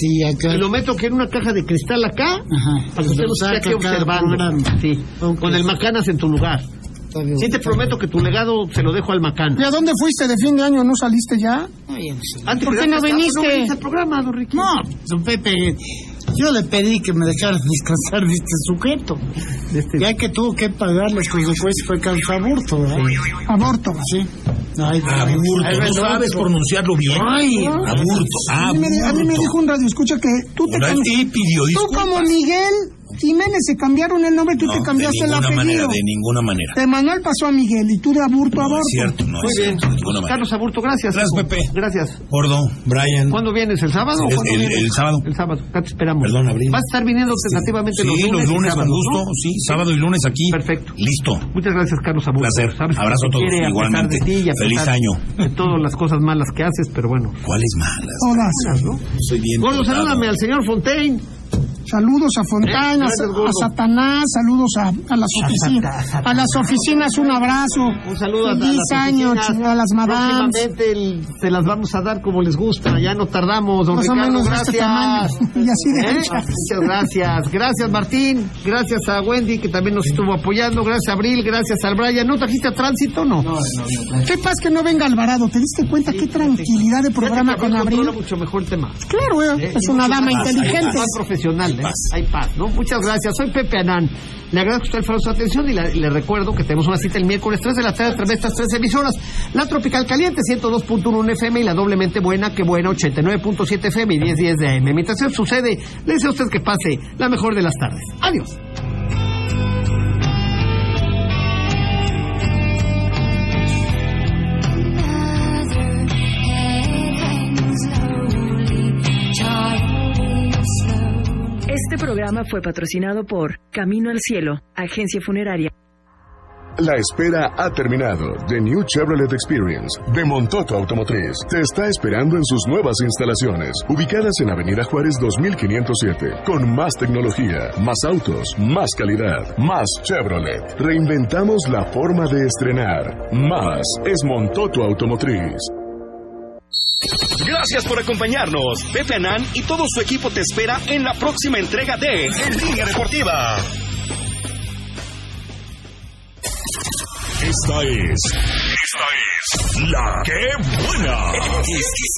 Y acá. y lo meto que en una caja de cristal acá, Ajá. para que usted Pues Lo lo esté saca aquí cada observando. programa. Sí, Ok. Con el macanas en tu lugar. Está bien. Sí te prometo que tu legado se lo dejo al ¿Y macanas. a dónde fuiste de fin de año? ¿No saliste ya? Muy bien, sí. Antes ¿Por qué ya no te- ah, viniste? No viniste al programa, don Ricky. No, don Pepe, yo le pedí que me dejara descansar de este sujeto. este Ya que tuvo que pagar las consecuencias fue Carlos Aburto, ¿verdad? Aborto. Sí. Ay, ay, Aburto, no Aburto. sabes pronunciarlo bien. Ay, Aburto, A mí, me, di- a mí me aburto. dijo un radio, escucha que tú te Ahora cam- sí pidió Tú disculpas. como Miguel Jiménez se cambiaron el nombre, tú No, te cambiaste el de ninguna apellido. manera, de ninguna manera. De Manuel pasó a Miguel y tú de aburto a No es aborto. cierto, no Muy es bien. cierto, de ninguna manera. Carlos Aburto, gracias. Gracias, hijo. Pepe. Gracias. Gordo, Brian. ¿Cuándo vienes? ¿El sábado? o El- cuándo el- vienes? el sábado. El sábado. Acá te esperamos. Perdón, abril. Vas a estar viniendo alternativamente Sí, los lunes. y con sábados, ¿no? gusto. Sí, sábado y lunes aquí. Perfecto. Listo. Muchas gracias, Carlos Aburto. Placer. Sabes que Abrazo se a todos, quiere pesar igualmente. de ti y a Feliz pesar año. De todas las cosas malas que haces, pero bueno. ¿Cuáles malas? Hola. Soy bien. Gordo, tratado. salúdame al señor Fontaine. Saludos a Fontana, Gracias, a, gordo. Satanás, saludos a, a las oficinas. A las oficinas un abrazo. Un saludo a, a Feliz las año oficinas. ching- a las madames. Próximamente el- se las vamos a dar como les gusta. Ya no tardamos, don Más o Ricardo. menos de gracias. este tamaño. Y así de ¿Eh? ancha. Muchas gracias. Gracias, Martín. Gracias a Wendy, que también nos estuvo apoyando. Gracias, a Abril. Gracias al Brian. ¿No trajiste a tránsito? No. Qué paz que no venga Alvarado. ¿Te diste cuenta qué tranquilidad de Fíjate programa que con Abril? controla mucho mejor el tema. Claro, eh, ¿eh? es Y una mucho dama más, Hay inteligente. paz profesional, ¿eh? Hay paz. Hay paz, ¿no? Muchas gracias. Soy Pepe Anán. Le agradezco a usted Alfredo, su atención y la- le recuerdo que tenemos una cita el miércoles 3 de la tarde a través de estas tres emisoras. La Tropical Caliente, 102.1 FM y la doblemente buena, que buena, 89.7 FM y 10.10 de AM. Mientras eso sucede, le deseo a usted que pase la mejor de las tardes. Adiós. Este programa fue patrocinado por Camino al Cielo, agencia funeraria. La espera ha terminado. The New Chevrolet Experience de Montoto Automotriz te está esperando en sus nuevas instalaciones, ubicadas en Avenida Juárez 2507, con más tecnología, más autos, más calidad, más Chevrolet. Reinventamos la forma de estrenar. Más es Montoto Automotriz. Gracias por acompañarnos. Pepe Anán y todo su equipo te espera en la próxima entrega de En Línea Deportiva. Esta es. Esta es. La que buena.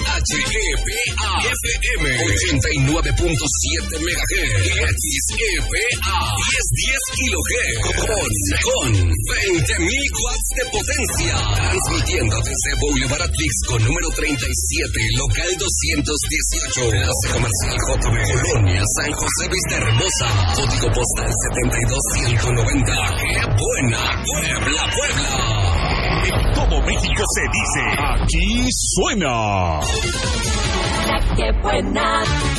XHEPA FM 89.7 MHz XEPA 1010 kHz con, con 20.000 watts de potencia transmitiendo desde Boulevard Atlix con número 37 local 218 Plaza Comercial JB Colonia San José Vista Hermosa código postal 72190 ¡Qué buena! ¡Puebla, Puebla! En todo México se dice. Aquí suena. Qué buena,